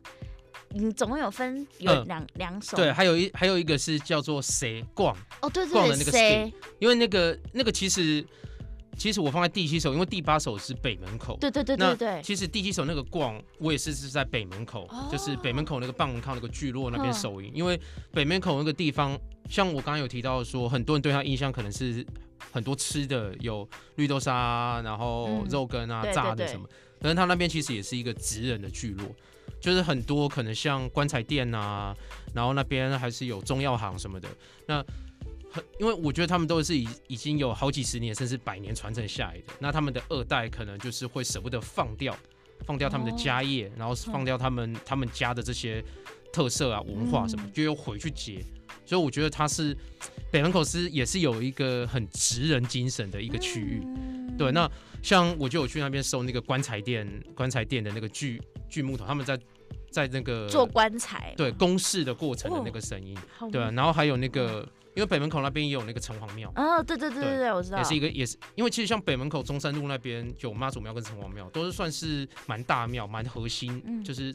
你总共有分有
嗯
两、两首，
对，还有一还有一个是叫做谁逛，
哦对对
逛
对，
的那个
谁？
因为那个那个其实其实我放在第七首，因为第八首是北门口。
对对对
那
对对，
其实第七首那个逛，我也是是在北门口，
哦
就是北门口那个棒文靠那个聚落那边
嗯
首映，因为北门口那个地方，像我刚刚有提到说，很多人对他印象可能是很多吃的，有绿豆沙啊，然后
嗯
肉羹啊、
对对
炸的
对
什么，可是他那边其实也是一个职人的聚落。就是很多可能像棺材店啊，然后那边还是有中药行什么的。那很，因为我觉得他们都是已已经有好几十年甚至百年传承下来的，那他们的二代可能就是会舍不得放掉，放掉他们的
哦
家业，然后放掉他们他们家的这些特色啊、文化什么，
嗯
就又回去接。所以我觉得它是北门口是也是有一个很职人精神的一个区域。
嗯
对，那像我就有去那边收那个棺材店，棺材店的那个锯锯木头，他们在在那个
做棺材，哦
对公示的过程的那个声音，
好
对啊，然后还有那个，因为北门口那边也有那个城隍庙，
啊，对对对对对，我知道
也，是一个也是，因为其实像北门口中山路那边有妈祖庙跟城隍庙，都是算是蛮大庙、蛮核心，
嗯
就是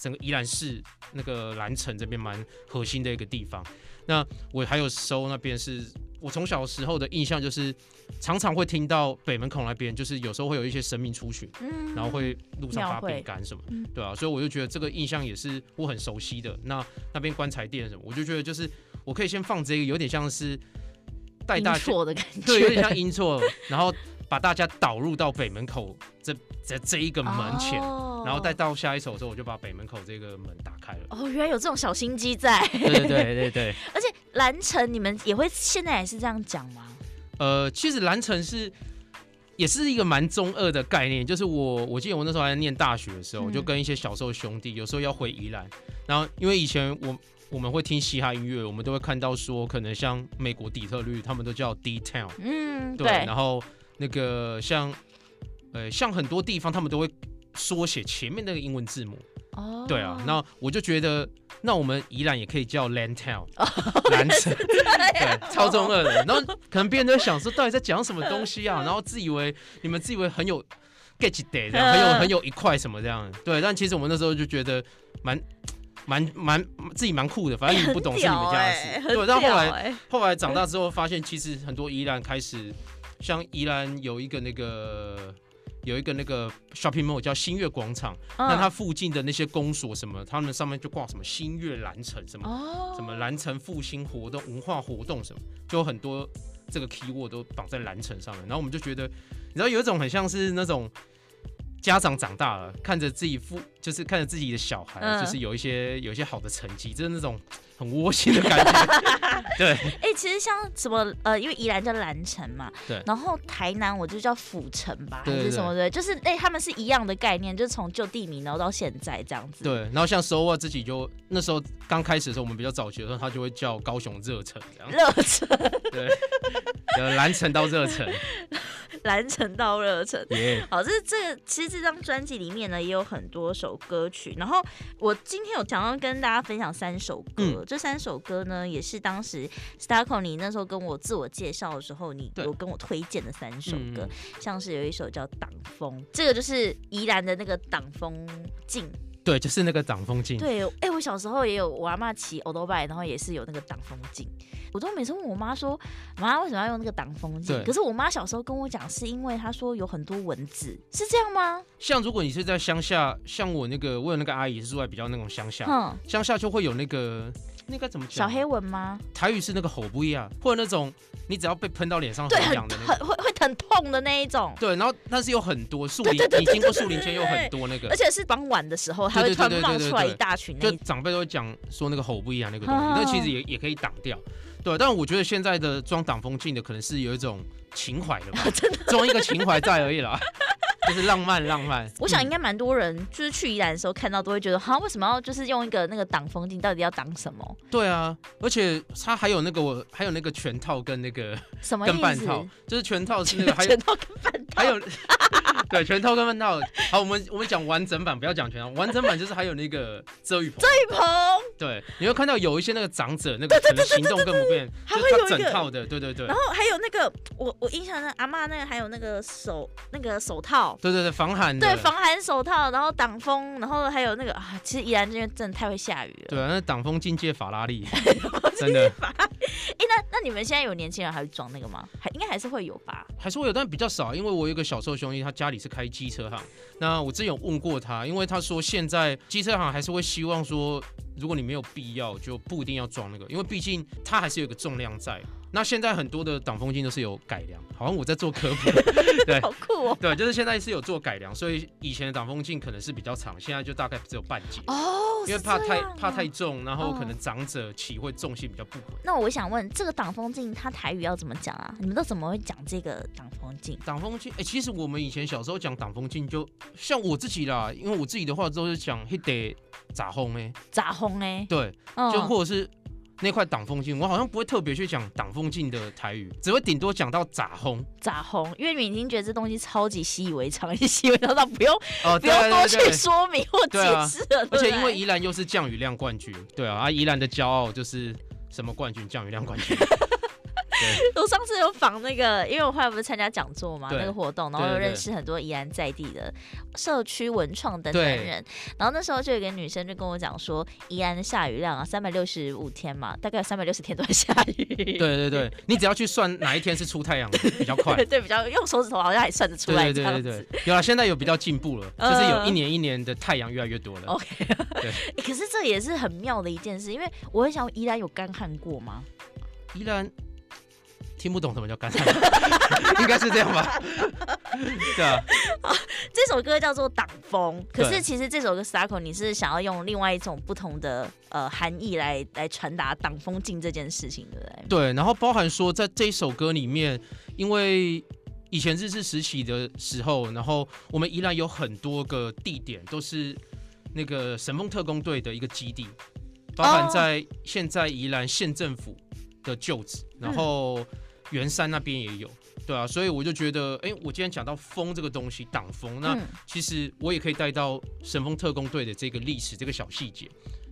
整个宜兰市那个兰城这边蛮核心的一个地方。那我还有收那边是。我从小时候的印象就是，常常会听到北门口那边，就是有时候会有一些神明出巡，
嗯
然后会路上发
庙会
饼干什么
嗯，
对啊，所以我就觉得这个印象也是我很熟悉的。那那边棺材店什么，我就觉得就是我可以先放这个，有点像是带大家，
阴错的感觉，
对，有点像阴错， 然后把大家导入到北门口这这这一个门前，
哦
然后再到下一首的时候，我就把北门口这个门打开了。
哦，原来有这种小心机在，
对对对对对，
而且蓝城你们也会现在也是这样讲吗？
呃，其实蓝城是也是一个蛮中二的概念，就是我我记得我那时候还在念大学的时候，
嗯
我就跟一些小时候兄弟，有时候要回宜兰，然后因为以前我我们会听嘻哈音乐，我们都会看到说，可能像美国底特律，他们都叫 D Town，
嗯，
对，然后那个像呃像很多地方，他们都会缩写前面那个英文字母，
哦，
对啊，那我就觉得，那我们宜兰也可以叫 Land Town，蓝
哦
城， 对，超中二的。然后可能别人都想说，到底在讲什么东西啊？然后自以为你们自以为很有 get day，这样
嗯
很有很有一块什么这样。对，但其实我们那时候就觉得蛮蛮蛮自己蛮酷的，反正你们不懂是你们家的事。
欸很
对，
屌
但后来
欸
后来长大之后，发现其实很多宜兰开始，像宜兰有一个那个有一个那个 shopping mall 叫新月广场，那
嗯
它附近的那些公所什么，他们上面就挂什么新月兰城什么、
哦，
什么兰城复兴活动、文化活动什么，就有很多这个 keyword 都绑在兰城上面。然后我们就觉得，你知道有一种很像是那种。家长长大了，看着自己父，就是看着自己的小孩，
嗯
就是有一些有一些好的成绩，就是那种很窝心的感觉。对，
哎、其实像什么呃，因为宜兰叫兰城嘛，
对
然后台南我就叫府城吧，
对
还
对
是什么的，就是哎、他们是一样的概念，就是从旧地名然后到现在这样子。，
对，然后像 SOA 自己就那时候刚开始的时候，我们比较早期的时候，他就会叫高雄热城这样，
热城
对，呃，蓝城到热城，
蓝城到热城。
耶，
好，这这其实这张专辑里面呢也有很多首歌曲，然后我今天有想要跟大家分享三首歌，
嗯
这三首歌呢也是当时 Starco 你那时候跟我自我介绍的时候，你
对
有跟我推荐的三首
嗯
歌，
嗯
像是有一首叫《挡风》，这个就是宜兰的那个挡风镜，
对，就是那个挡风镜，
对，哎、我小时候也有我阿妈骑欧多拜，然后也是有那个挡风镜。我都每次问我妈说：“妈，为什么要用那个挡风镜
对？”
可是我妈小时候跟我讲，是因为她说有很多蚊子，是这样吗？
像如果你是在乡下，像我那个我有那个阿姨是住在比较那种乡下，
哼，
乡下就会有那个那个怎么
小
讲啊？
黑蚊吗？
台语是那个吼不一样，或者那种你只要被喷到脸上
对，
很
很
痒的那
很
种。
会会很痛的那一种，
对，然后但是有很多树
对
林，
对对
你
对
经过
对
树林
对
圈
对
有很多那
而
个，
且是傍晚的时候，它
对对
会突然
对对
冒
对
出来
对
一大群那
就
一
长辈都讲说那个吼不一样那个东西，
啊
那其实也也可以挡掉。对，但我觉得现在的装挡风镜的可能是有一种情怀的 吧，
真
的装一个情怀在而已啦， 就是浪漫浪漫。
我想
嗯
应该蛮多人就是去宜兰的时候看到，都会觉得哈，为什么要就是用一个那个挡风镜？到底要挡什么？
对啊，而且它还有那个我还有那个全套跟那个
什么
跟
意
半
思？
套，就是全套是那个还有
全套跟半套
还有，对，全套跟半套。好，我们我们讲完整版，不要讲全套。完整版就是还有那个遮雨棚，
一棚。
对，你会看到有一些那个长者，那个可能行动更不便，
还
就
会
是
有
他
一
整
个
套的，对对对
然，后还有那个，我我印象中阿嬷那个还有那个手那个手套，
对对对，防寒的，
对，防寒手套，然后挡风，然后还有那个啊，其实宜兰这边真的太会下雨了。
对啊，那挡风境界法拉利，真的
哎，那那你们现在有年轻人还会装那个吗？还应该还是会有吧？
还是会有，但比较少，因为我有一个小时候兄弟，他家里是开机车行，那我之前有问过他，因为他说现在机车行还是会希望说，如果你没有必要，就不一定要装那个，因为毕竟它还是有一个重量在。那现在很多的挡风镜都是有改良，好像我在做科普，对
好酷哦！
对，就是现在是有做改良，所以以前的挡风镜可能是比较长，现在就大概只有半截，
哦，
因为
是
怕
这
太
样啊
怕太。重，然后
嗯
可能长者骑会重心比较不稳。
那我想问，这个挡风镜它台语要怎么讲啊？你们都怎么会讲这个挡风镜？
挡风镜，哎、其实我们以前小时候讲挡风镜，就像我自己啦，因为我自己的话都是讲 hit 得咋轰哎，
杂轰哎，
对，
嗯
就或者是那块挡风镜，我好像不会特别去讲挡风镜的台语，只会顶多讲到咋轰
杂轰，因为你已经觉得这东西超级习以为常， 已经习以为常到不用
哦，
不
对
用多
对对
去
对。
说明或解
对啊
释了。
而
对
且
不
因
对
为宜兰又是降雨量冠军，对啊，啊宜兰的骄傲就是什么冠军？降雨量冠 军。
我上次有访那个，因为我后来不是参加讲座嘛，
对
那个活动，然后
对
又
对对
认识很多宜兰在地的社区文创等等
对
人。然后那时候就有一个女生就跟我讲说，宜兰的下雨量啊，三百六十五天嘛，大概有三百六十天都在下雨。
对对对，你只要去算哪一天是出太 阳的比较快
对。对，比较用手指头好像还算得出来
对对
这样
对
子。
对对，有啊，现在有比较进步了，就是有
嗯哦
一年一年的太阳越来越多了。
OK，
对
欸可是这也是很妙的一件事，因为我很想宜兰有干旱过吗？
依然听不懂什么叫干旱， 应该是这样吧？ 对啊，
这首歌叫做《挡风》，可是
对
其实这首歌《Starco》，你是想要用另外一种不同的呃含义来来传达挡风镜这件事情，对不对？
对，然后包含说在这一首歌里面，因为。以前日治时期的时候，然后我们宜兰有很多个地点都是那个神风特工队的一个基地，包含
哦
在现在宜兰县政府的旧址，然
嗯
后圆山那边也有，对啊，所以我就觉得，哎、我今天讲到风这个东西，挡风，那
嗯
其实我也可以带到神风特工队的这个历史这个小细节，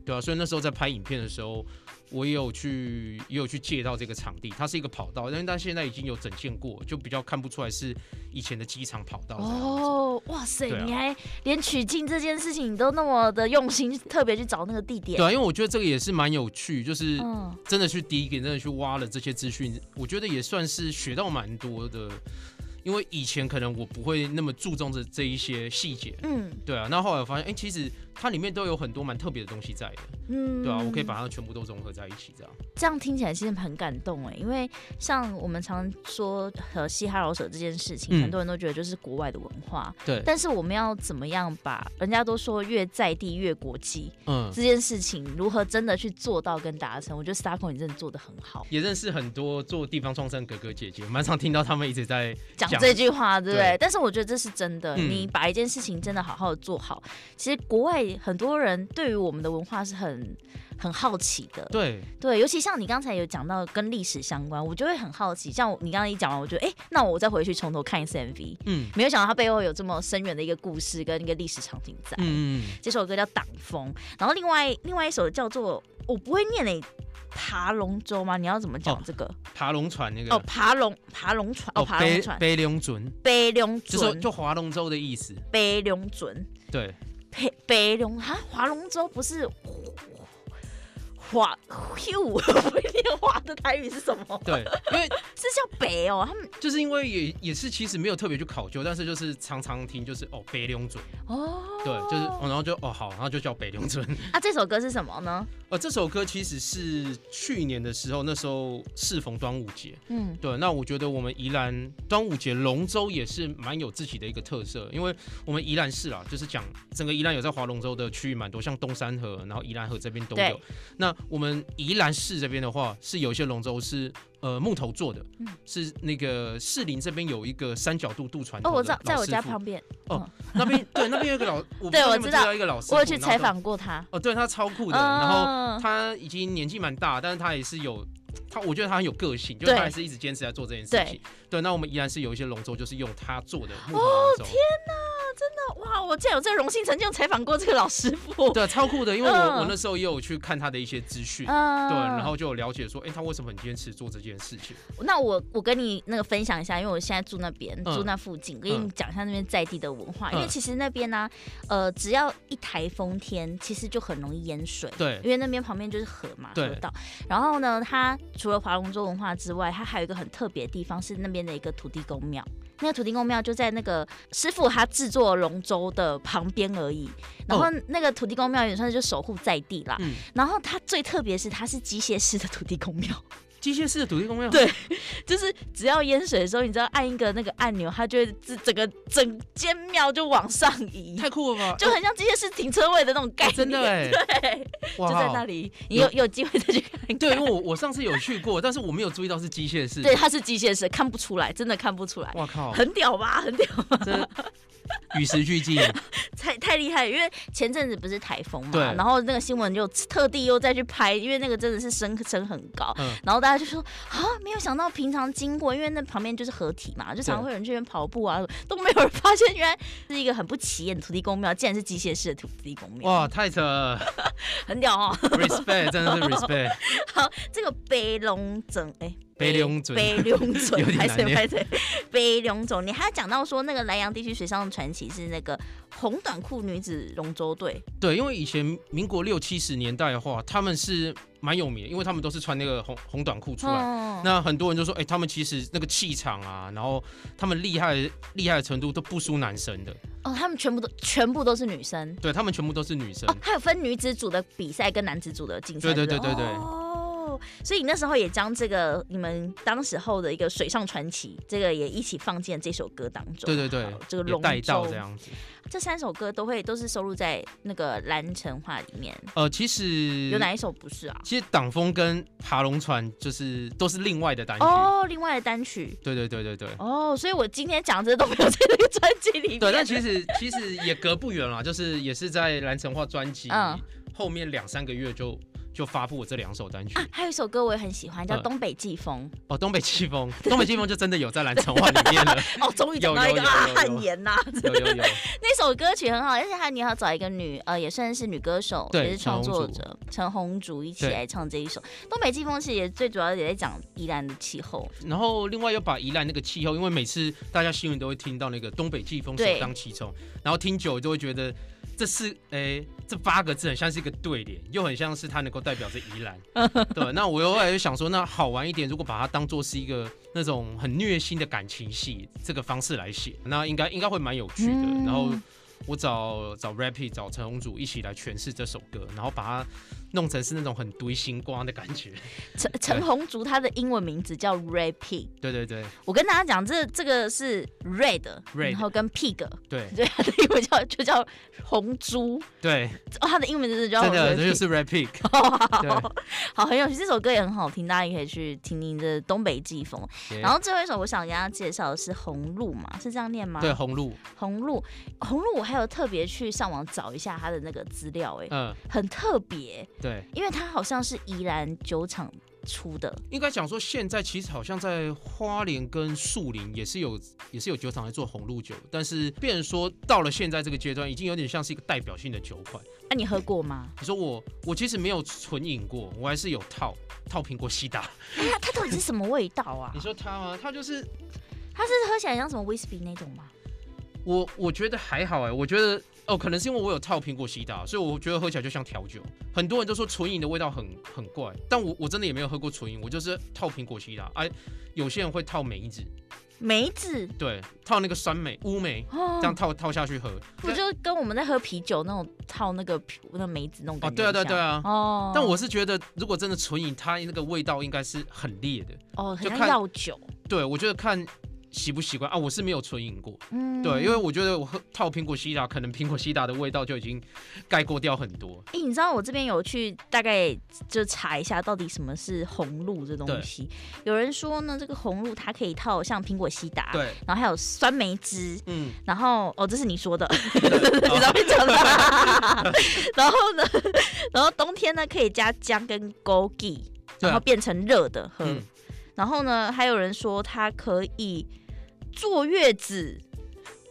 对啊，所以那时候在拍影片的时候，我也有去也有去借到这个场地，它是一个跑道，但是它现在已经有整建过，就比较看不出来是以前的机场跑道这样子。
哦，哇塞！
对啊
你还连取景这件事情你都那么的用心，特别去找那个地点。
对啊，因为我觉得这个也是蛮有趣，就是
嗯，
真的去第一个真的去挖了这些资讯，我觉得也算是学到蛮多的。因为以前可能我不会那么注重这这一些细节，
嗯
对啊，那后来我发现，哎、其实它里面都有很多蛮特别的东西在的。
嗯，
对啊，我可以把它全部都融合在一起，这样。
这样听起来其实很感动哎，因为像我们常说和嘻哈饶舌这件事情，
嗯
很多人都觉得就是国外的文化，
对，
但是我们要怎么样把人家都说越在地越国际，
嗯，
这件事情如何真的去做到跟达成，我觉得 Starco 你真的做的很好。
也认识很多做地方创生哥哥姐姐，蛮常听到他们一直在
讲
讲
这句话，对不对？
对
但是我觉得这是真的，
嗯
你把一件事情真的好好的做好，其实国外会很多人对于我们的文化是很很好奇的。
对，
对，尤其像你刚才有讲到跟历史相关，我就会很好奇。像我你刚刚一讲完，我觉得哎，诶那我再回去从头看一次 MV，
嗯
没有想到它背后有这么深远的一个故事跟一个历史场景在。
嗯嗯，
这首歌叫《挡风》，然后另外另外一首叫做我不会念诶、爬龙舟吗？你要怎么讲
哦啊
这个？
爬龙船那个
哦，爬龙爬龙船，哦，爬龙
背
船，
背龙船，
背龙
就是
准，
就划龙舟的意思。
背龙准，
对，
背背龙哈，划龙舟不是划咻？ 我不一定划的台语是什么？
对，因为
是叫北哦，他们
就是因为也也是其实没有特别去考究，但是就是常常听就是哦北龙准，
哦，
对，就是、哦、然后就哦好，然后就叫北龙 准。
啊，这首歌是什么呢？
呃，这首歌其实是去年的时候，那时候适逢端午节，
嗯，
对，那我觉得我们宜兰端午节龙舟也是蛮有自己的一个特色，因为我们宜兰市啦，就是讲整个宜兰有在划龙舟的区域蛮多，像东山河，然后宜兰河这边都有
对。
那我们宜兰市这边的话，是有一些龙舟是呃木头做的，
嗯
是那个士林这边有一个三角渡渡船
哦，
头的
我知道，在
老
我
师
家
傅哦
旁边，
那边，对，那边有一个老，我不知
对
道
我
你们知
知
不
道
道一个老师傅，
我有去
然后
采
他，
访过他。
哦，对他超酷的，然后
嗯，
他已经年纪蛮大，但是他也是有他，我觉得他很有个性，就是
对
他还是一直坚持在做这件事情。对，那我们依然是有一些龙舟，就是用他做的木头
哦
龙舟，
那哇，我竟然有这个荣幸成就采访过这个老师傅。
对，超酷的。因为我、
嗯
我那时候也有去看他的一些资讯。
嗯
对，然后就有了解说，哎、他为什么很坚持做这件事情？
那我我跟你那个分享一下，因为我现在住那边，
嗯
住那附近，跟你讲一下那边在地的文化。
嗯
因为其实那边呢、呃，只要一台风天，其实就很容易淹水。
对
因为那边旁边就是河嘛，
对
河道。然后呢，它除了划龙舟文化之外，它还有一个很特别的地方是那边的一个土地公庙。那个土地公庙就在那个师傅他制作龙舟的旁边而已。然后那个土地公庙也算是就守护在地啦。
哦嗯
然后它最特别是它是机械式的土地公庙。
机械式的土地公庙，
对就是只要淹水的时候，你只要按一个那个按钮，它就会自整个整间庙就往上移，
太酷了吧！
就很像机械式停车位的那种概
哎
念。
真的哎、
对，
哇哦
就在那里，你有有机会再去看一看。
对，因为我我上次有去过，但是我没有注意到是机械式。
对，它是机械式，看不出来，真的看不出来。
哇靠，
很屌吧， 很屌，
这与时俱进，
太太厉害了！因为前阵子不是台风嘛
对，
然后那个新闻就特地又再去拍，因为那个真的是升升很高，
嗯
然后大家就说啊，没有想到平常经过，因为那旁边就是河体嘛，就常常会有人去那边跑步啊，都没有人发现原来是一个很不起眼的土地公庙，竟然是机械式的土地公庙，
哇，太扯了
很屌哦！
，respect，真的是 respect。
这个北龙整哎。
北龙准
北龙
有
准，
点
拍
难
谁
念
拍谁，北龙准。你还讲到说那个莱阳地区水上传奇是那个红短裤女子龙舟队，
对，因为以前民国六七十年代的话，他们是蛮有名的，因为他们都是穿那个红红短裤出来。
嗯，
那很多人就说，哎、他们其实那个气场啊，然后他们厉害厉害的程度都不输男生的，
哦，他们全部都全部都是女生
对他们全部都是女生。
哦，还有分女子组的比赛跟男子组的竞赛，
对对
不
对对对
哦，所以你那时候也将这个你们当时候的一个水上传奇，这个也一起放进这首歌当中。
对对对
好，这个
有
龙
带到
舟
这，样子。
这三首歌都会都是收录在那个蓝城话里面，
呃，其实
有哪一首不是啊？
其实挡风跟爬龙船就是都是另外的单曲。
哦，另外的单曲。
对对对对对。
哦，所以我今天讲这都没有在这个专辑里面。
对，但其实其实也隔不远啦，就是也是在蓝城话专辑、
嗯
后面两三个月就就发布我这两首单曲。
啊，还有一首歌我也很喜欢，叫《
嗯
东北季风
哦，东北季风，东北季风就真的有在蓝城话里面了，》。
哦，终于讲到一
有
个
有有
啊
有有
汗颜呐，
有有有，
那首歌曲很好，而且还你还要找一个女呃，也算是女歌手，
对
也是创作者陈红竹一起来唱这一首《东北季风》，其实也最主要也在讲宜兰的气候。
然后另外又把宜兰那个气候，因为每次大家新闻都会听到那个东北季风首
对
当其冲，然后听久了就会觉得这是诶这八个字很像是一个对联，又很像是它能够代表着宜 兰。对，那我又后来就想说，那好玩一点，如果把它当做是一个那种很虐心的感情戏这个方式来写，那应该应该会蛮有趣的。
嗯
然后我找找 Rappy 找陈红主一起来诠释这首歌，然后把它弄成是那种很堆星光的感觉。
陈陈红竹他的英文名字叫 Red Pig，
对对对
我跟大家讲，这这个是 Red，
Red
然后跟 Pig，
对
对，他的英文叫就叫红猪，
对，
哦，他的英文名字叫
真的
Red
这就
Pig。
是 Red Pig。对
好，很有趣，这首歌也很好听，大家也可以去听听这东北季风。
对
然后最后一首我想给大家介绍的是《红路》嘛，是这样念吗？
对，红路，
红路，红路，我还有特别去上网找一下他的那个资料、哎、
嗯，
很特别、
对，
因为他好像是宜兰酒厂出的，
应该讲说现在其实好像在花莲跟树林也是有也是有酒厂来做红露酒，但是变成说到了现在这个阶段，已经有点像是一个代表性的酒款。
啊，你喝过吗？
你说我我其实没有纯饮过，我还是有套套苹果西打。
哎它它到底是什么味道啊
你？说它吗？它就是
它是喝起来像什么威士忌那种吗？
我我觉得还好哎、我觉得哦，可能是因为我有套苹果西打，所以我觉得喝起来就像调酒。很多人都说纯饮的味道很很怪，但我我真的也没有喝过纯饮，我就是套苹果西打。哎、有些人会套梅子，
梅子
对，套那个酸梅、乌梅。
哦
这样套套下去喝，
不就跟我们在喝啤酒那种套那个啤那梅子那种
哦，
感觉
对啊，
很
对
像？
啊对啊。
哦，
但我是觉得，如果真的纯饮，它那个味道应该是很烈的。
哦，很
就
像
看
药酒，
对，我觉得看习不习惯啊。我是没有纯饮过，
嗯
对，因为我觉得我喝套苹果西达，可能苹果西达的味道就已经盖过掉很多。
哎、你知道我这边有去大概就查一下到底什么是红露这东西。有人说呢，这个红露它可以套像苹果西达，，
对，
然后还有酸梅汁，
嗯，
然后哦，这是你 说的，你上面讲的。 然后呢，然后冬天呢可以加姜跟枸杞，
对
然后
啊，
变成热的喝。
嗯，
然后呢，还有人说它可以坐月子，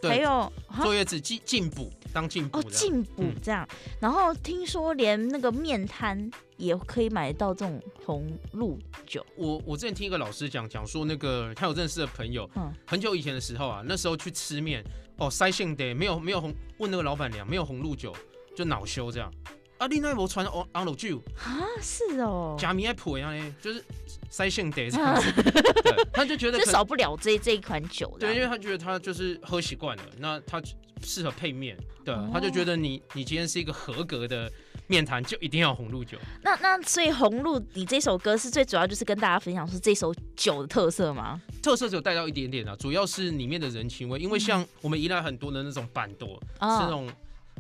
还
对，
有啊
坐月子进进补当进补
哦
的，
进补
嗯
这样。然后听说连那个面摊也可以买到这种红露酒，
我我之前听一个老师讲，讲说那个他有认识的朋友，
嗯
很久以前的时候啊，那时候去吃面，哦，塞性得没有没有红，问那个老板娘没有红露酒，就恼羞这样。啊，你那无传红红露酒，
啊，是哦。
假米爱配啊呢，就是塞性得这样 子。对，他就觉得
这
可
少不了这这一款酒的，
对，因为他觉得他就是喝习惯了，那他适合配面。对，
哦
他就觉得你你今天是一个合格的面谈，就一定要红露酒。
那那所以红露，你这首歌是最主要就是跟大家分享说这首酒的特色吗？
特色只有带到一点点啊，主要是里面的人情味，
嗯
因为像我们宜兰很多的那种板桌，
哦啊
是那种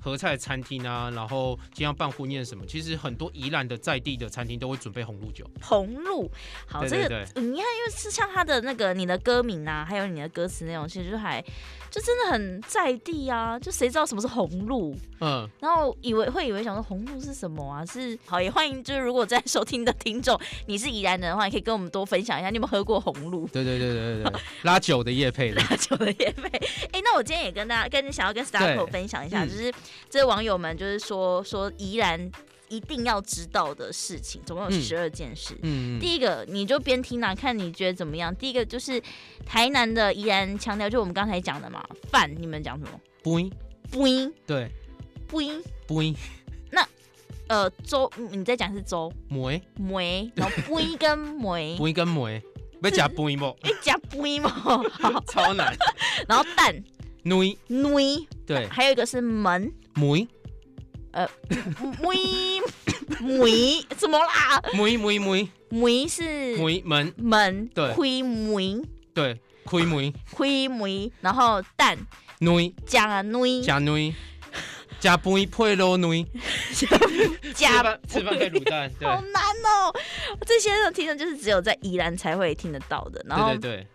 合菜餐厅啊，然后经常办婚宴什么，其实很多宜兰的在地的餐厅都会准备红露酒。
红露，好，
对
这个嗯
对
你看，因为是像他的那个你的歌名啊，还有你的歌词内容，其实就还就真的很在地啊，就谁知道什么是红露？
嗯，
然后以为会以为想说红露是什么啊？是好也欢迎，就是如果在收听的听众你是宜兰人的话，你可以跟我们多分享一下，你有没有喝过红 露？
对对对对对对，拉酒的叶配 的，
打球的业费。哎、那我今天也跟大家跟想要跟 Starco 分享一下，
嗯
就是这些网友们就是说说宜兰一定要知道的事情，总共有
嗯
十二件事。
嗯，嗯
第一个，你就边听哪、看你觉得怎么样。第一个就是台南的宜兰腔调，就我们刚才讲的嘛，饭你们讲什么？
不音，
不音
对，
不音，
不音，
呃，粥嗯你在讲是粥
梅，
梅，然后不音跟梅，
不音跟梅，要吃不 音不，
哎加不音嘛， 好，
超难，
然后蛋
梅，
女，
对，
还有一个是门，
梅，
梅梅怎么啦？
梅梅梅
梅是
梅门，
门，
对
灰梅
对，开梅，
灰梅，然后蛋
梅，
加啊梅
加梅，加梅配肉梅，吃
加
饭，吃饭配卤蛋，对
好，难哦！这些的听众就是只有在宜兰才会听得到的，然后
对对对，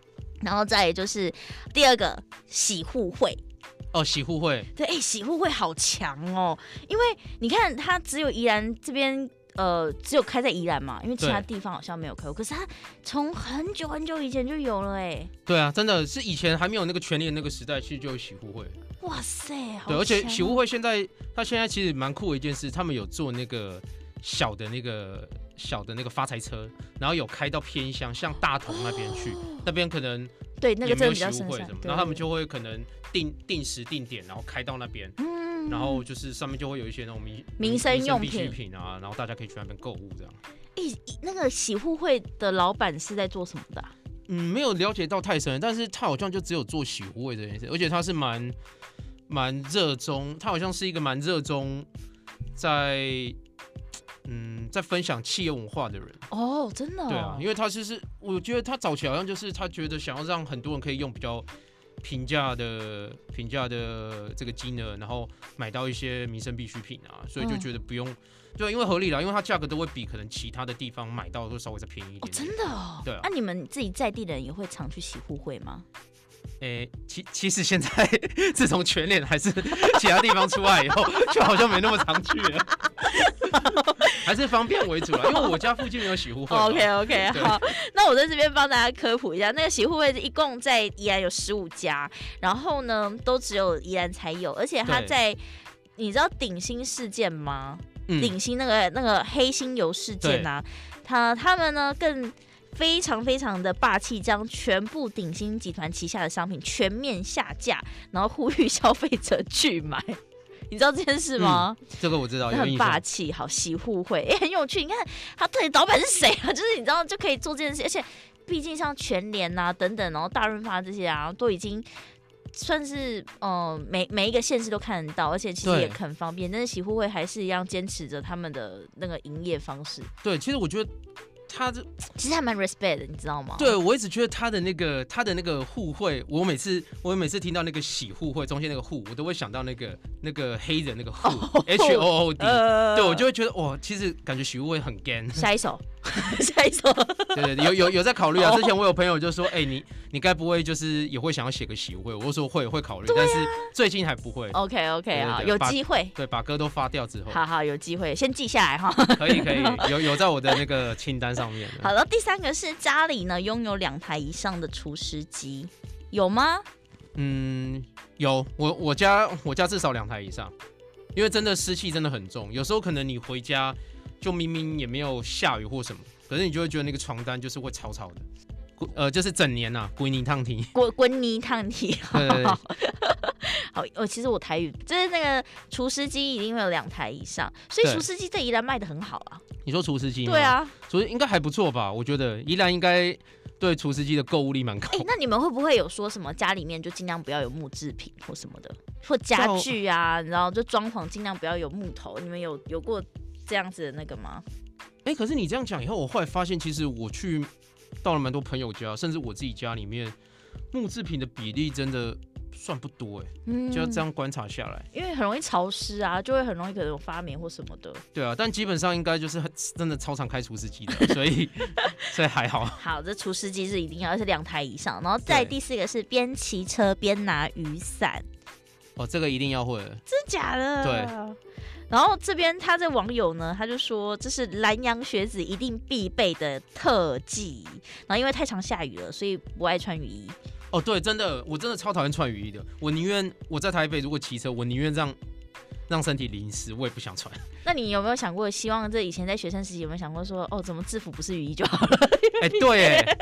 然后再来就是第二个洗护会。
哦，喜互惠，
对，哎、洗护会好强哦，因为你看它只有宜兰这边。呃，只有开在宜兰嘛，因为其他
对
地方好像没有开过。可是它从很久很久以前就有了哎、
对啊，真的是以前还没有那个权利的那个时代，其实就有洗护会。
哇塞，好
对，而且
强啊哦
洗护会现在，他现在其实蛮酷的一件事，他们有做那个小的那个小的那个发财车，然后有开到偏乡，像大同那边去，那边可能
对哦那
也没
个
有
真的比
洗
较
护
深
会
山
什么，，
对
然后他们就会可能定定时定点，然后开到那边。
嗯
然后就是上面就会有一些那种民
民生用
必需
品
品啊，然后大家可以去那边购物这样。
一一那个洗护会的老板是在做什么的啊、
嗯，没有了解到太深，但是他好像就只有做洗护卫这件事，而且他是蛮蛮热衷，他好像是一个蛮热衷在嗯在分享企业文化的人，
哦，真的、哦，
对啊，因为他其实我觉得他早期好像就是他觉得想要让很多人可以用比较平价的平价的这个金额，然后买到一些民生必需品啊，所以就
嗯
觉得不用，对，因为合理啦，因为它价格都会比可能其他的地方买到都稍微再便宜一
哦，
点点。
真的哦，
对啊
那、你们自己在地人也会常去洗护会吗？
诶、其其实现在 自从全脸还是 其他地方出来以后，就好像没那么常去了，还是方便为主啊了。因为我家附近没有洗护会啊嘛。
哦 OK OK，
对
好，那我在这边帮大家科普一下，那个洗护会一共在宜兰有十五家，然后呢都只有宜兰才有，而且它
对
在。你知道顶新事件吗？
嗯，
顶新那个那个黑心油事件啊，他他们呢更非常非常的霸气，将全部顶新集团旗下的商品全面下架，然后呼吁消费者去买。你知道这件事吗？
这个我知道，
那
有
很
印
霸
象。
气，好洗护 会，也、欸很有趣。你看他到底老板是谁啊？ 就是你知道就可以做这件事，而且毕竟像全联呐、等等，然后大润发这些啊，都已经算是呃每每一个县市都看得到，而且其实
对
也很方便。但是洗护会还是一样坚持着他们的那个营业方式，
对，其实我觉得他这
其实还蛮 respect 的，你知道吗？
对我一直觉得他的那个他的那个互惠，我每次我每次听到那个洗互惠中间那个互，我都会想到那个那个黑人那个互 H O O D，
哦呃
对我就会觉得哇，其实感觉洗互惠很 gan。
下一首， 下一首，
对对对，有有有在考虑啊。
哦
之前我有朋友就说，哎、你你该不会就是也会想要写个喜会？我就说会会考虑，
啊
但是最近还不会。
OK OK，
对哦
好，
对
有
把
机会，
对，把歌都发掉之后，
哦好好有机会，先记下来哈。
可以可以，有有在我的那个清单上面。
好，然后第三个是家里呢拥有两台以上的除湿机，有吗？
嗯，有我我家我家至少两台以上，因为真的湿气真的很重，有时候可能你回家就明明也没有下雨或什么，可是你就会觉得那个床单就是会潮潮的，呃，就是整年呐、啊，归你烫题。
滚滚泥烫体。
对对对，
好，呃，其实我台语就是那个除湿机一定会有两台以上，所以
对
除湿机在宜兰卖的很好啊。
你说除湿机吗？
对啊，
所以应该还不错吧？我觉得宜兰应该对厨师机的购物力蛮高
哎、。那你们会不会有说什么家里面就尽量不要有木制品或什么的，或家
照
具啊，然后就装潢尽量不要有木头？你们有有过这样子的那个吗？
哎、可是你这样讲以后，我后来发现，其实我去到了蛮多朋友家，甚至我自己家里面，木制品的比例真的算不多哎、
嗯
就这样观察下来，
因为很容易潮湿啊，就会很容易可能有发霉或什么的。
对啊，但基本上应该就是很真的超常开厨师机的，所 以所以还好。
好，这除湿机是一定要，而且两台以上。然后再
对
第四个是边骑车边拿雨伞，
哦，这个一定要会的，
真的假的？
对。
然后这边他这网友呢，他就说这是南洋学子一定必备的特技。然后因为太常下雨了，所以不爱穿雨衣。
哦，对，真的，我真的超讨厌穿雨衣的，我宁愿我在台北如果骑车，我宁愿让让身体淋湿，我也不想穿。
那你有没有想过，希望这以前在学生时期有没有想过说，哦，怎么制服不是雨衣就好了？
哎、对，哎，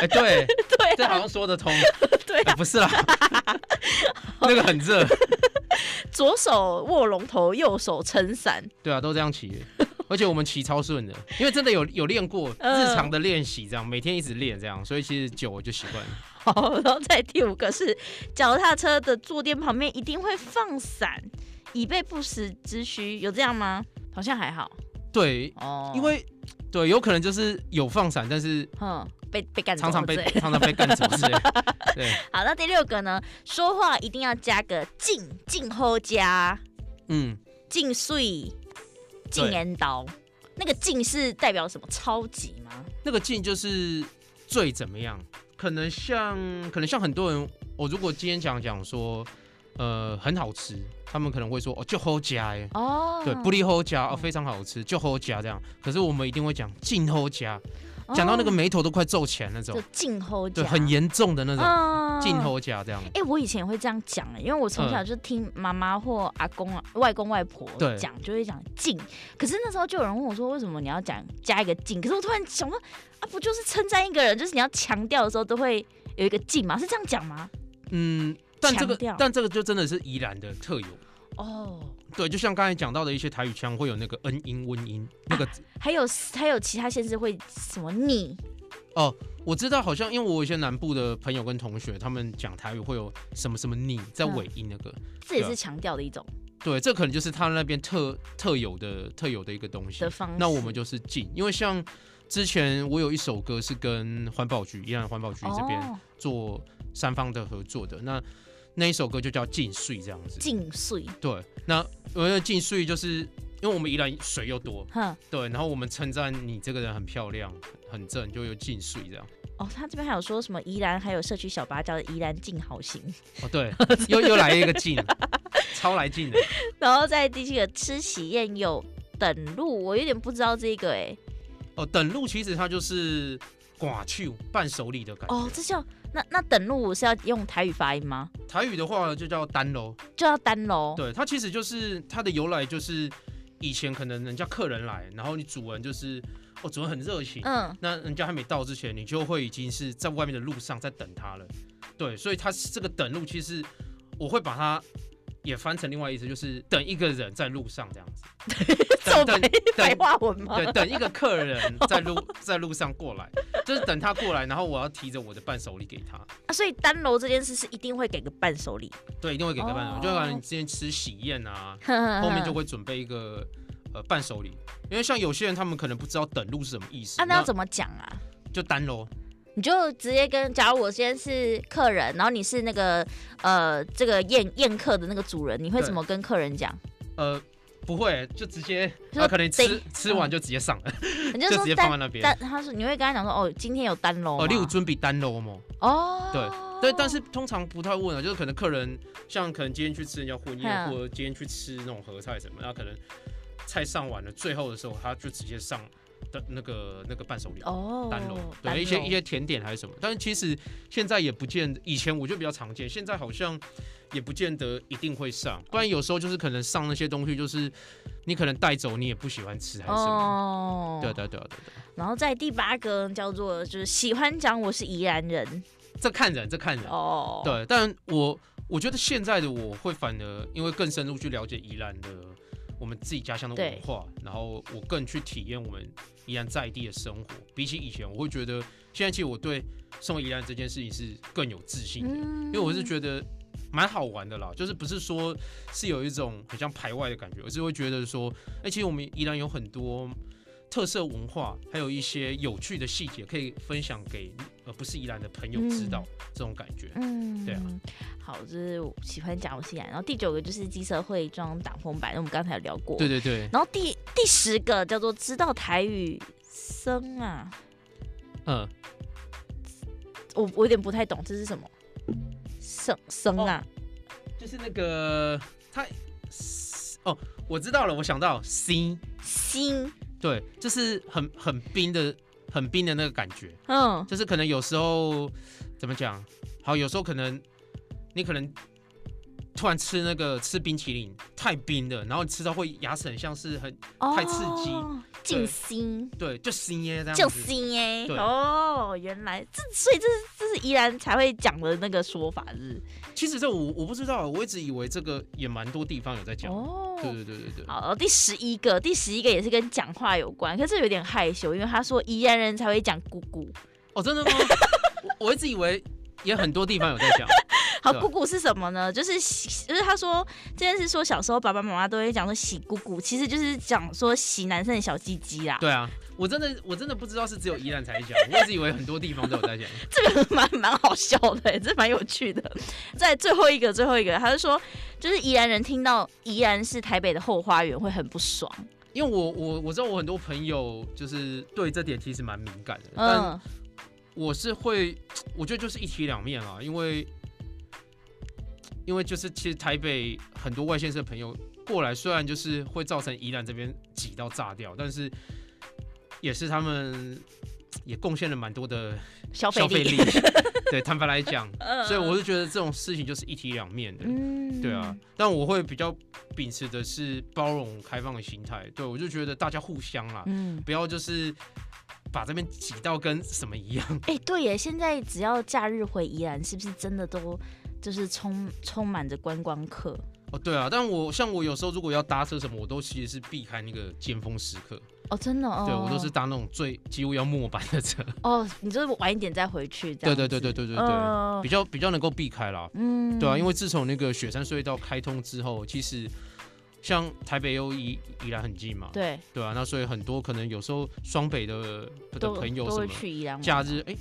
哎，对，
对
这
啊、
好像说得通。
对啊
哎不是 啦，那个很热。
左手握龙头，右手撑伞。
对啊，都这样骑的，而且我们骑超顺的，因为真的有有练过，
嗯
日常的练习这样，每天一直练这样，所以其实久我就习惯了。
好，然后再第五个是脚踏车的坐垫旁边一定会放伞，以备不时之需，有这样吗？好像还好
对，
哦，
因为对，有可能就是有放闪，但是
嗯被被干走
常常被
之类的
常常被干走之类的。对，
好，那第六个呢？说话一定要加个静静后加
嗯，
静碎静言刀，那个静是代表什么？超级吗？
那个劲就是最怎么样？可能像可能像很多人，我如果今天讲讲说，呃，很好吃，他们可能会说哦，就齁夹哎。
哦
对，不利齁夹哦，非常好吃，就齁夹这样。可是我们一定会讲进齁夹，
哦
讲到那个眉头都快皱起来那种
就，静后加，
对，很严重的那种
嗯
进齁夹这样。
哎、我以前也会这样讲、欸，因为我从小就听妈妈或阿公、啊、外公外婆
嗯对
讲，就会讲敬。可是那时候就有人问我说，为什么你要讲加一个敬？可是我突然想说，啊，不就是称赞一个人，就是你要强调的时候都会有一个敬嘛？是这样讲吗？
嗯，但这
强调
个但这个就真的是宜兰的特有。
哦，
对，就像刚才讲到的一些台语腔会有那个恩音、温音，那个、
还有还有其他县市会什么你
我知道，好像因为我有一些南部的朋
嗯
友跟同学，他们讲台语会有什么什么你在尾音那个，
这也
对
是
啊
强调的一种
对，这可能就是他那边特特有的特有的一个东西
的。方式。
那我们就是进，因为像之前我有一首歌是跟环保局宜兰环保局这边
哦
做三方的合作的，那那一首歌就叫《进税》这样子。
净碎，
对，那我觉得进税就是因为我们宜兰水又多，
哼，
对，然后我们称赞你这个人很漂亮、很正，就有进税这样。
哦，他这边还有说什么宜兰，还有社区小芭蕉的宜兰静好行。
哦，对，又又来一个进，超来劲的。
然后在第七个吃喜宴有等路，我有点不知道这个哎、
哦，等路其实它就是寡趣伴手礼的感觉。
哦，这叫那那等路我是要用台语发音吗？
台语的话就叫单楼，
就要单喽。
对，它其实就是它的由来就是以前可能人家客人来，然后你主人就是哦，主人很热情，
嗯，
那人家还没到之前，你就会已经是在外面的路上在等他了。对，所以他这个等路，其实我会把它也翻成另外意思，就是等一个人在路上这样子。
这么
等等
白
等
话文 吗？
对，等一个客人在路 在路上过来，就是等他过来，然后我要提着我的伴手礼给他。
啊，所以单楼这件事是一定会给个伴手礼，
对，一定会给他伴手
哦嗯
礼，就像你之前吃喜宴啊，
后
后面就会准备一个呃伴手礼，因为像有些人他们可能不知道等路是什么意思，
啊，那要怎么讲啊？
就单喽。
你就直接跟，假如我今天是客人，然后你是那个呃这个宴宴客的那个主人，你会
对
怎么跟客人讲？
呃，不会，就直接啊
就
他可能吃
等嗯
吃完就直接上了，
你
就
就
直
说
接放在
单
那边。
单，他说你会跟他讲说哦，今天有单楼吗
哦，六尊比单喽嘛，
哦，
对对，但是通常不太问啊，就是可能客人像可能今天去吃人家婚宴，
嗯
或者今天去吃那种合菜什么，那可能菜上完了，最后的时候他就直接上的那个那个伴手礼。
哦，
单喽，
单
对一些
楼
一些甜点还是什么，但是其实现在也不见，以前我就比较常见，现在好像也不见得一定会上，不然有时候就是可能上那些东西，就是你可能带走你也不喜欢吃还是什么，
哦，
对啊对啊对啊对啊对啊，
然后在第八个叫做就是喜欢讲我是宜兰人
这看人这看人，
哦，，
对，但我我觉得现在的我会反而因为更深入去了解宜兰的我们自己家乡的文
对
化，然后我更去体验我们宜兰在地的生活。比起以前，我会觉得现在其实我对送宜兰这件事情是更有自信的，
嗯
因为我是觉得蛮好玩的啦，就是不是说是有一种很像排外的感觉，而是会觉得说，哎、其实我们宜兰有很多。特色文化，还有一些有趣的细节可以分享给呃不是宜兰的朋友知道，这种感觉。
嗯
对啊，
好，就是我喜欢讲我是宜兰。然后第九个就是机车会装挡风板，那我们刚才有聊过，
对对对，
然后第第十个叫做知道台语生啊，
嗯，
我我有点不太懂这是什么生生啊，
哦就是那个他哦，我知道了，我想到 C，
心、
对，就是很很冰的、很冰的那个感觉，
嗯，
就是可能有时候怎么讲，好，有时候可能你可能突然吃那个吃冰淇淋太冰了，然后你吃到会牙齿很像是很太刺激
哦，静
对
心。
对，就 C 耶这样子，
就 C 哎、
对
哦，原来这所以这是这是宜兰才会讲的那个说法是
其实这我我不知道，我一直以为这个也蛮多地方有在
不是
讲，
哦
对对对对对，
好，然后第十一个，第十一个也是跟讲话有关，可是有点害羞，因为他说宜兰人才会讲姑姑。
哦， 真的吗？我我一直以为也很多地方有在讲。
好，
对
姑姑是什么呢？就是洗就是他说这件事说小时候爸爸妈妈都会讲说洗姑姑，其实就是讲说洗男生的小鸡鸡啦。
对啊，我真的我真的不知道是只有宜兰才讲，我一直以为很多地方都有在讲。
这个蛮蛮好笑的、欸这蛮有趣的。在最后一个，最后一个，他就说就是宜兰人听到宜兰是台北的后花园会很不爽。
因为我我我知道我很多朋友就是对这点其实蛮敏感的，但
嗯，
我是会，我觉得就是一体两面啦，因为因为就是其实台北很多外县市的朋友过来，虽然就是会造成宜兰这边挤到炸掉，但是也是他们也贡献了蛮多的
消费
消费
力。
力。 嗯对，坦白来 讲，所以我是觉得这种事情就是一体两面的。
嗯
对啊，，但我会比较秉持的是包容、开放的心态。对我就觉得大家互相啦，
嗯。
不要就是把这边挤到跟什么一样。
哎、对耶！现在只要假日回宜兰，是不是真的都就是充充满着观光客？
哦，对啊，但我像我有时候如果要搭车什么，我都其实是避开那个尖峰时刻。
哦，真的哦。
对我都是搭那种最几乎要末班的 车。
哦，你就是晚一点再回去这
对
样。
对对对对对对，
嗯
比较比较能够避开啦。
嗯
对啊，因
为
为自从那个雪山隧道开通之后，其实像台北又宜宜兰很近嘛，
对，
对啊，那所以很多可能有时候双北的的
都
朋友
都
什
会
么
去宜兰玩
假日，哎、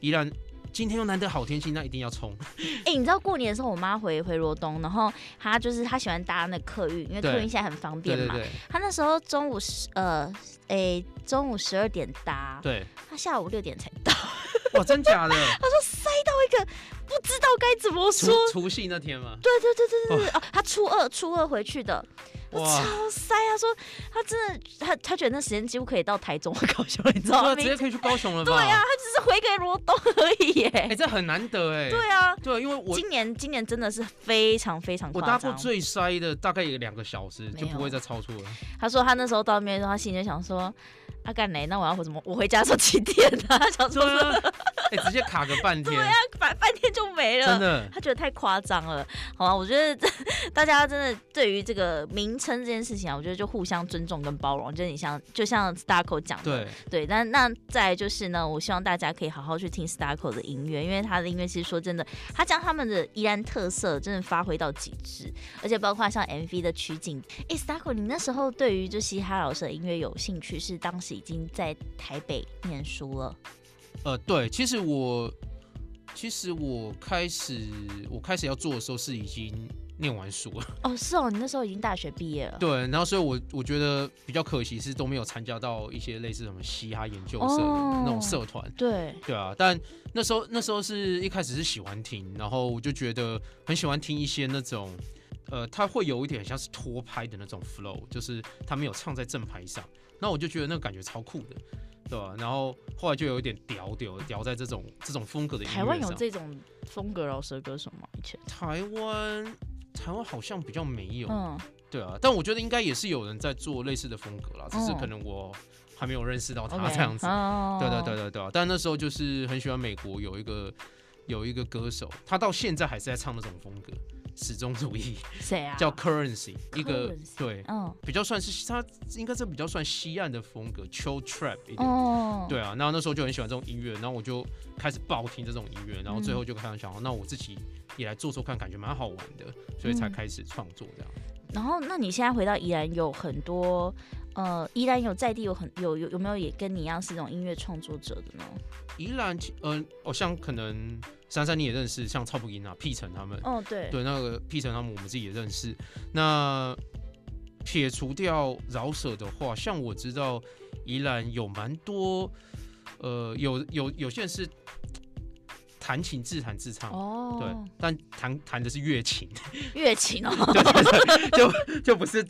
宜兰今天又难得好天气，那一定要 冲。
哎、你知道过年的时候，我妈回回罗东，然后她就是她喜欢搭那客运，因为
对
客运现在很方
对
便
对
嘛。
对
她那时候中午十呃，哎、中午十二点搭，
对，
她下午六点才到，
哇，真假 的？
不知道该怎么
除
说。
除夕那天嘛，
对对对对对对，哦，她初二初二回去的，她
哇
超塞。她说她真的，她她觉得那时间几乎可以到台中和高雄，你知道
对
吗？
啊，直接可以去高雄了吧？
对啊，，她只是回给罗东而已耶。
哎、这很难得哎、
对啊，
对，因为我
今年今年真的是非常非常
我
夸
搭过
张。
最塞的大概也两个小时，
没
就不
有
会再超出了。
他说他那时候到那边的时候，他心里就想说：“阿干嘞，那我要回怎么？我回家的时候几点啊？” 他想
对
说
啊，哎、直接卡个半 天，
半半天就没
真
了。
的。
他觉得太夸张了，好啊吧？我觉得这大家真的对于这个名称这件事情啊，我觉得就互相尊重跟包容。就是你像就像 Starco 讲的，
对，
对，那那再来就是呢，我希望大家可以好好去听 Starco 的音乐，因为他的音乐其实说真的，他将他们的依然特色真的发挥到极致，而且包括像 MV 的取景。哎，Starco，你那时候对于就嘻哈老师的音乐有兴趣，是当时已经在台北念书了，
呃，对，其实我，其实我开始，我开始要做的时候是已经念完书了，
哦，是哦，你那时候已经大学毕业了，
对，然后所以我我觉得比较可惜是都没有参加到一些类似什么嘻哈研究社的那
哦
种社团，
对，
对啊，但那时候那时候是一开始是喜欢听，然后我就觉得很喜欢听一些那种，呃，它会有一点像是拖拍的那种 flow，就是它没有唱在正拍上，那我就觉得那个感觉超酷的，对吧、然后后来就有一点屌屌屌在这种这种风格的音乐上。
台湾有这种风格饶舌歌手吗？以前，
台湾台湾好像比较没有，
嗯，
对啊，但我觉得应该也是有人在做类似的风格啦，只是
嗯
可能我还没有认识到
o
他
k
这样子。
哦
对对对，对对啊，但那时候就是很喜欢美国有一个有一个歌手，他到现在还是在唱那种风格，始终如一，
谁啊？
叫 Currency，一个
Currency
对
嗯，
比较算是他应该是比较算西岸的风格，Chill Trap 一点。
哦，
对啊，那那时候就很喜欢这种音乐，然后我就开始暴听这种音乐，然
嗯
后最后就开始想，那我自己也来做做看，感觉蛮好玩的，所以才
嗯
开始创作这样。
然后，那你现在回到宜兰，有很多呃，宜兰有在地有很有有有没有也跟你一样是这种音乐创作者的呢？
宜兰，嗯、哦，像可能珊珊你也认识，像超不音啊、P 城他们，
哦，对，
对，那个 P 城他们我们自己也认识。那撇除掉饶舌的话，像我知道宜兰有蛮多，呃，有有有些人是弹琴自弹自唱，对
哦，，
但弹弹的是乐琴，
对，乐器哦，
对对对，就就不是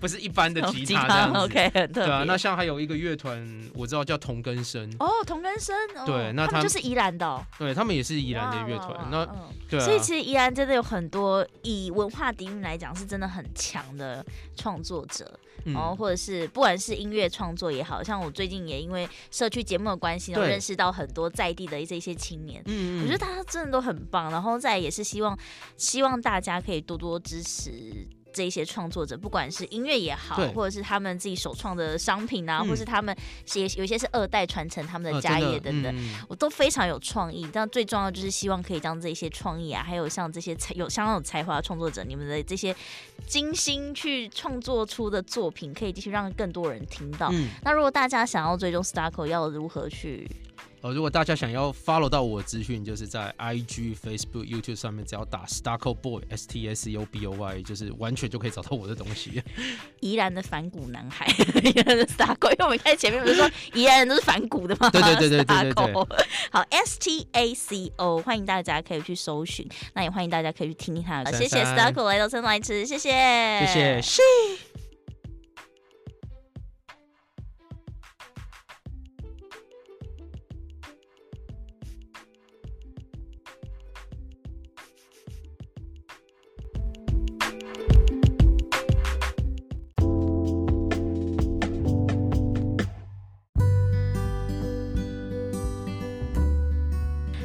不是一般的 吉他这样子。
哦，OK，很特
对
别。
啊，那像还有一个乐团，我知道叫同根生，
哦，同根生，哦
对那他
他
们
们就是宜兰的哦，
对他们也是宜兰
哇
的乐
哇
团
哇。
那
嗯
对啊，
所以其实宜兰真的有很多以文化底蕴来讲是真的很强的创作者，
嗯
然后或者是不管是音乐创作也好像我最近也因为社区节目的关系，然后
对
认识到很多在地的这些青年。
嗯，
我觉得大家真的都很棒，然后再也是希望，希望大家可以多多支持这些创作者，不管是音乐也好
对，
或者是他们自己首创的商品啊，
嗯
或是他们是也有一些是二代传承他们
呃
的家
真的
业等等。
嗯嗯
我都非常有创意，但最重要就是希望可以让这些创意啊，还有像这些才有相当有才华的创作者，你们的这些精心去创作出的作品，可以继续让更多人听到。
嗯
那如果大家想要追踪 Starco，要如何去
呃，如果大家想要 follow 到我的资讯，就是在 IG、Facebook、YouTube 上面，只要打 Starco Boy S T S U B O Y，就是完全就可以找到我的东西。
宜兰的反骨男孩，宜兰的 s 狗，因为我们看前面不是 说宜兰人都是反骨的嘛，
对对对对对对对
Starco 好，S T A C O，欢迎大家可以去搜寻，那也欢迎大家可以去听听他的。
珊
谢谢 s
珊
t a r 来到村来吃，谢谢，
谢谢，谢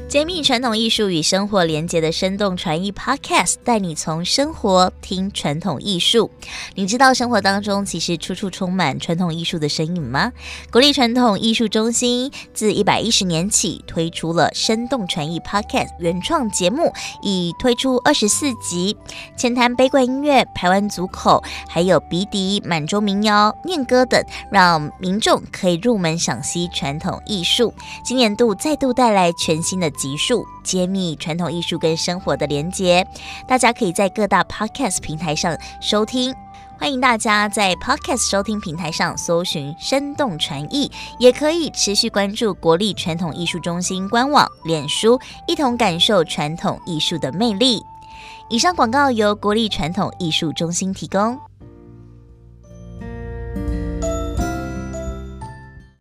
今揭秘传统艺术与生活连结的生动传艺 Podcast，带你从生活听传统艺术。你知道生活当中其实处处充满传统艺术的身影吗？国立传统艺术中心自一百一十年起推出了生动传艺 Podcast 原创节目，已推出二十四集，浅谈北管音乐、台湾族口，还有鼻笛、满洲民谣、念歌等，让民众可以入门赏析传统艺术。今年度再度带来全新的集数，揭秘传统艺术跟生活的连结。大家可以在各大 podcast 平台上收听。欢迎大家在 Podcast 收听平台上搜寻“生动传艺”，也可以持续关注国立传统艺术中心官网、脸书，一同感受传统艺术的魅力。以上广告由国立传统艺术中心提供。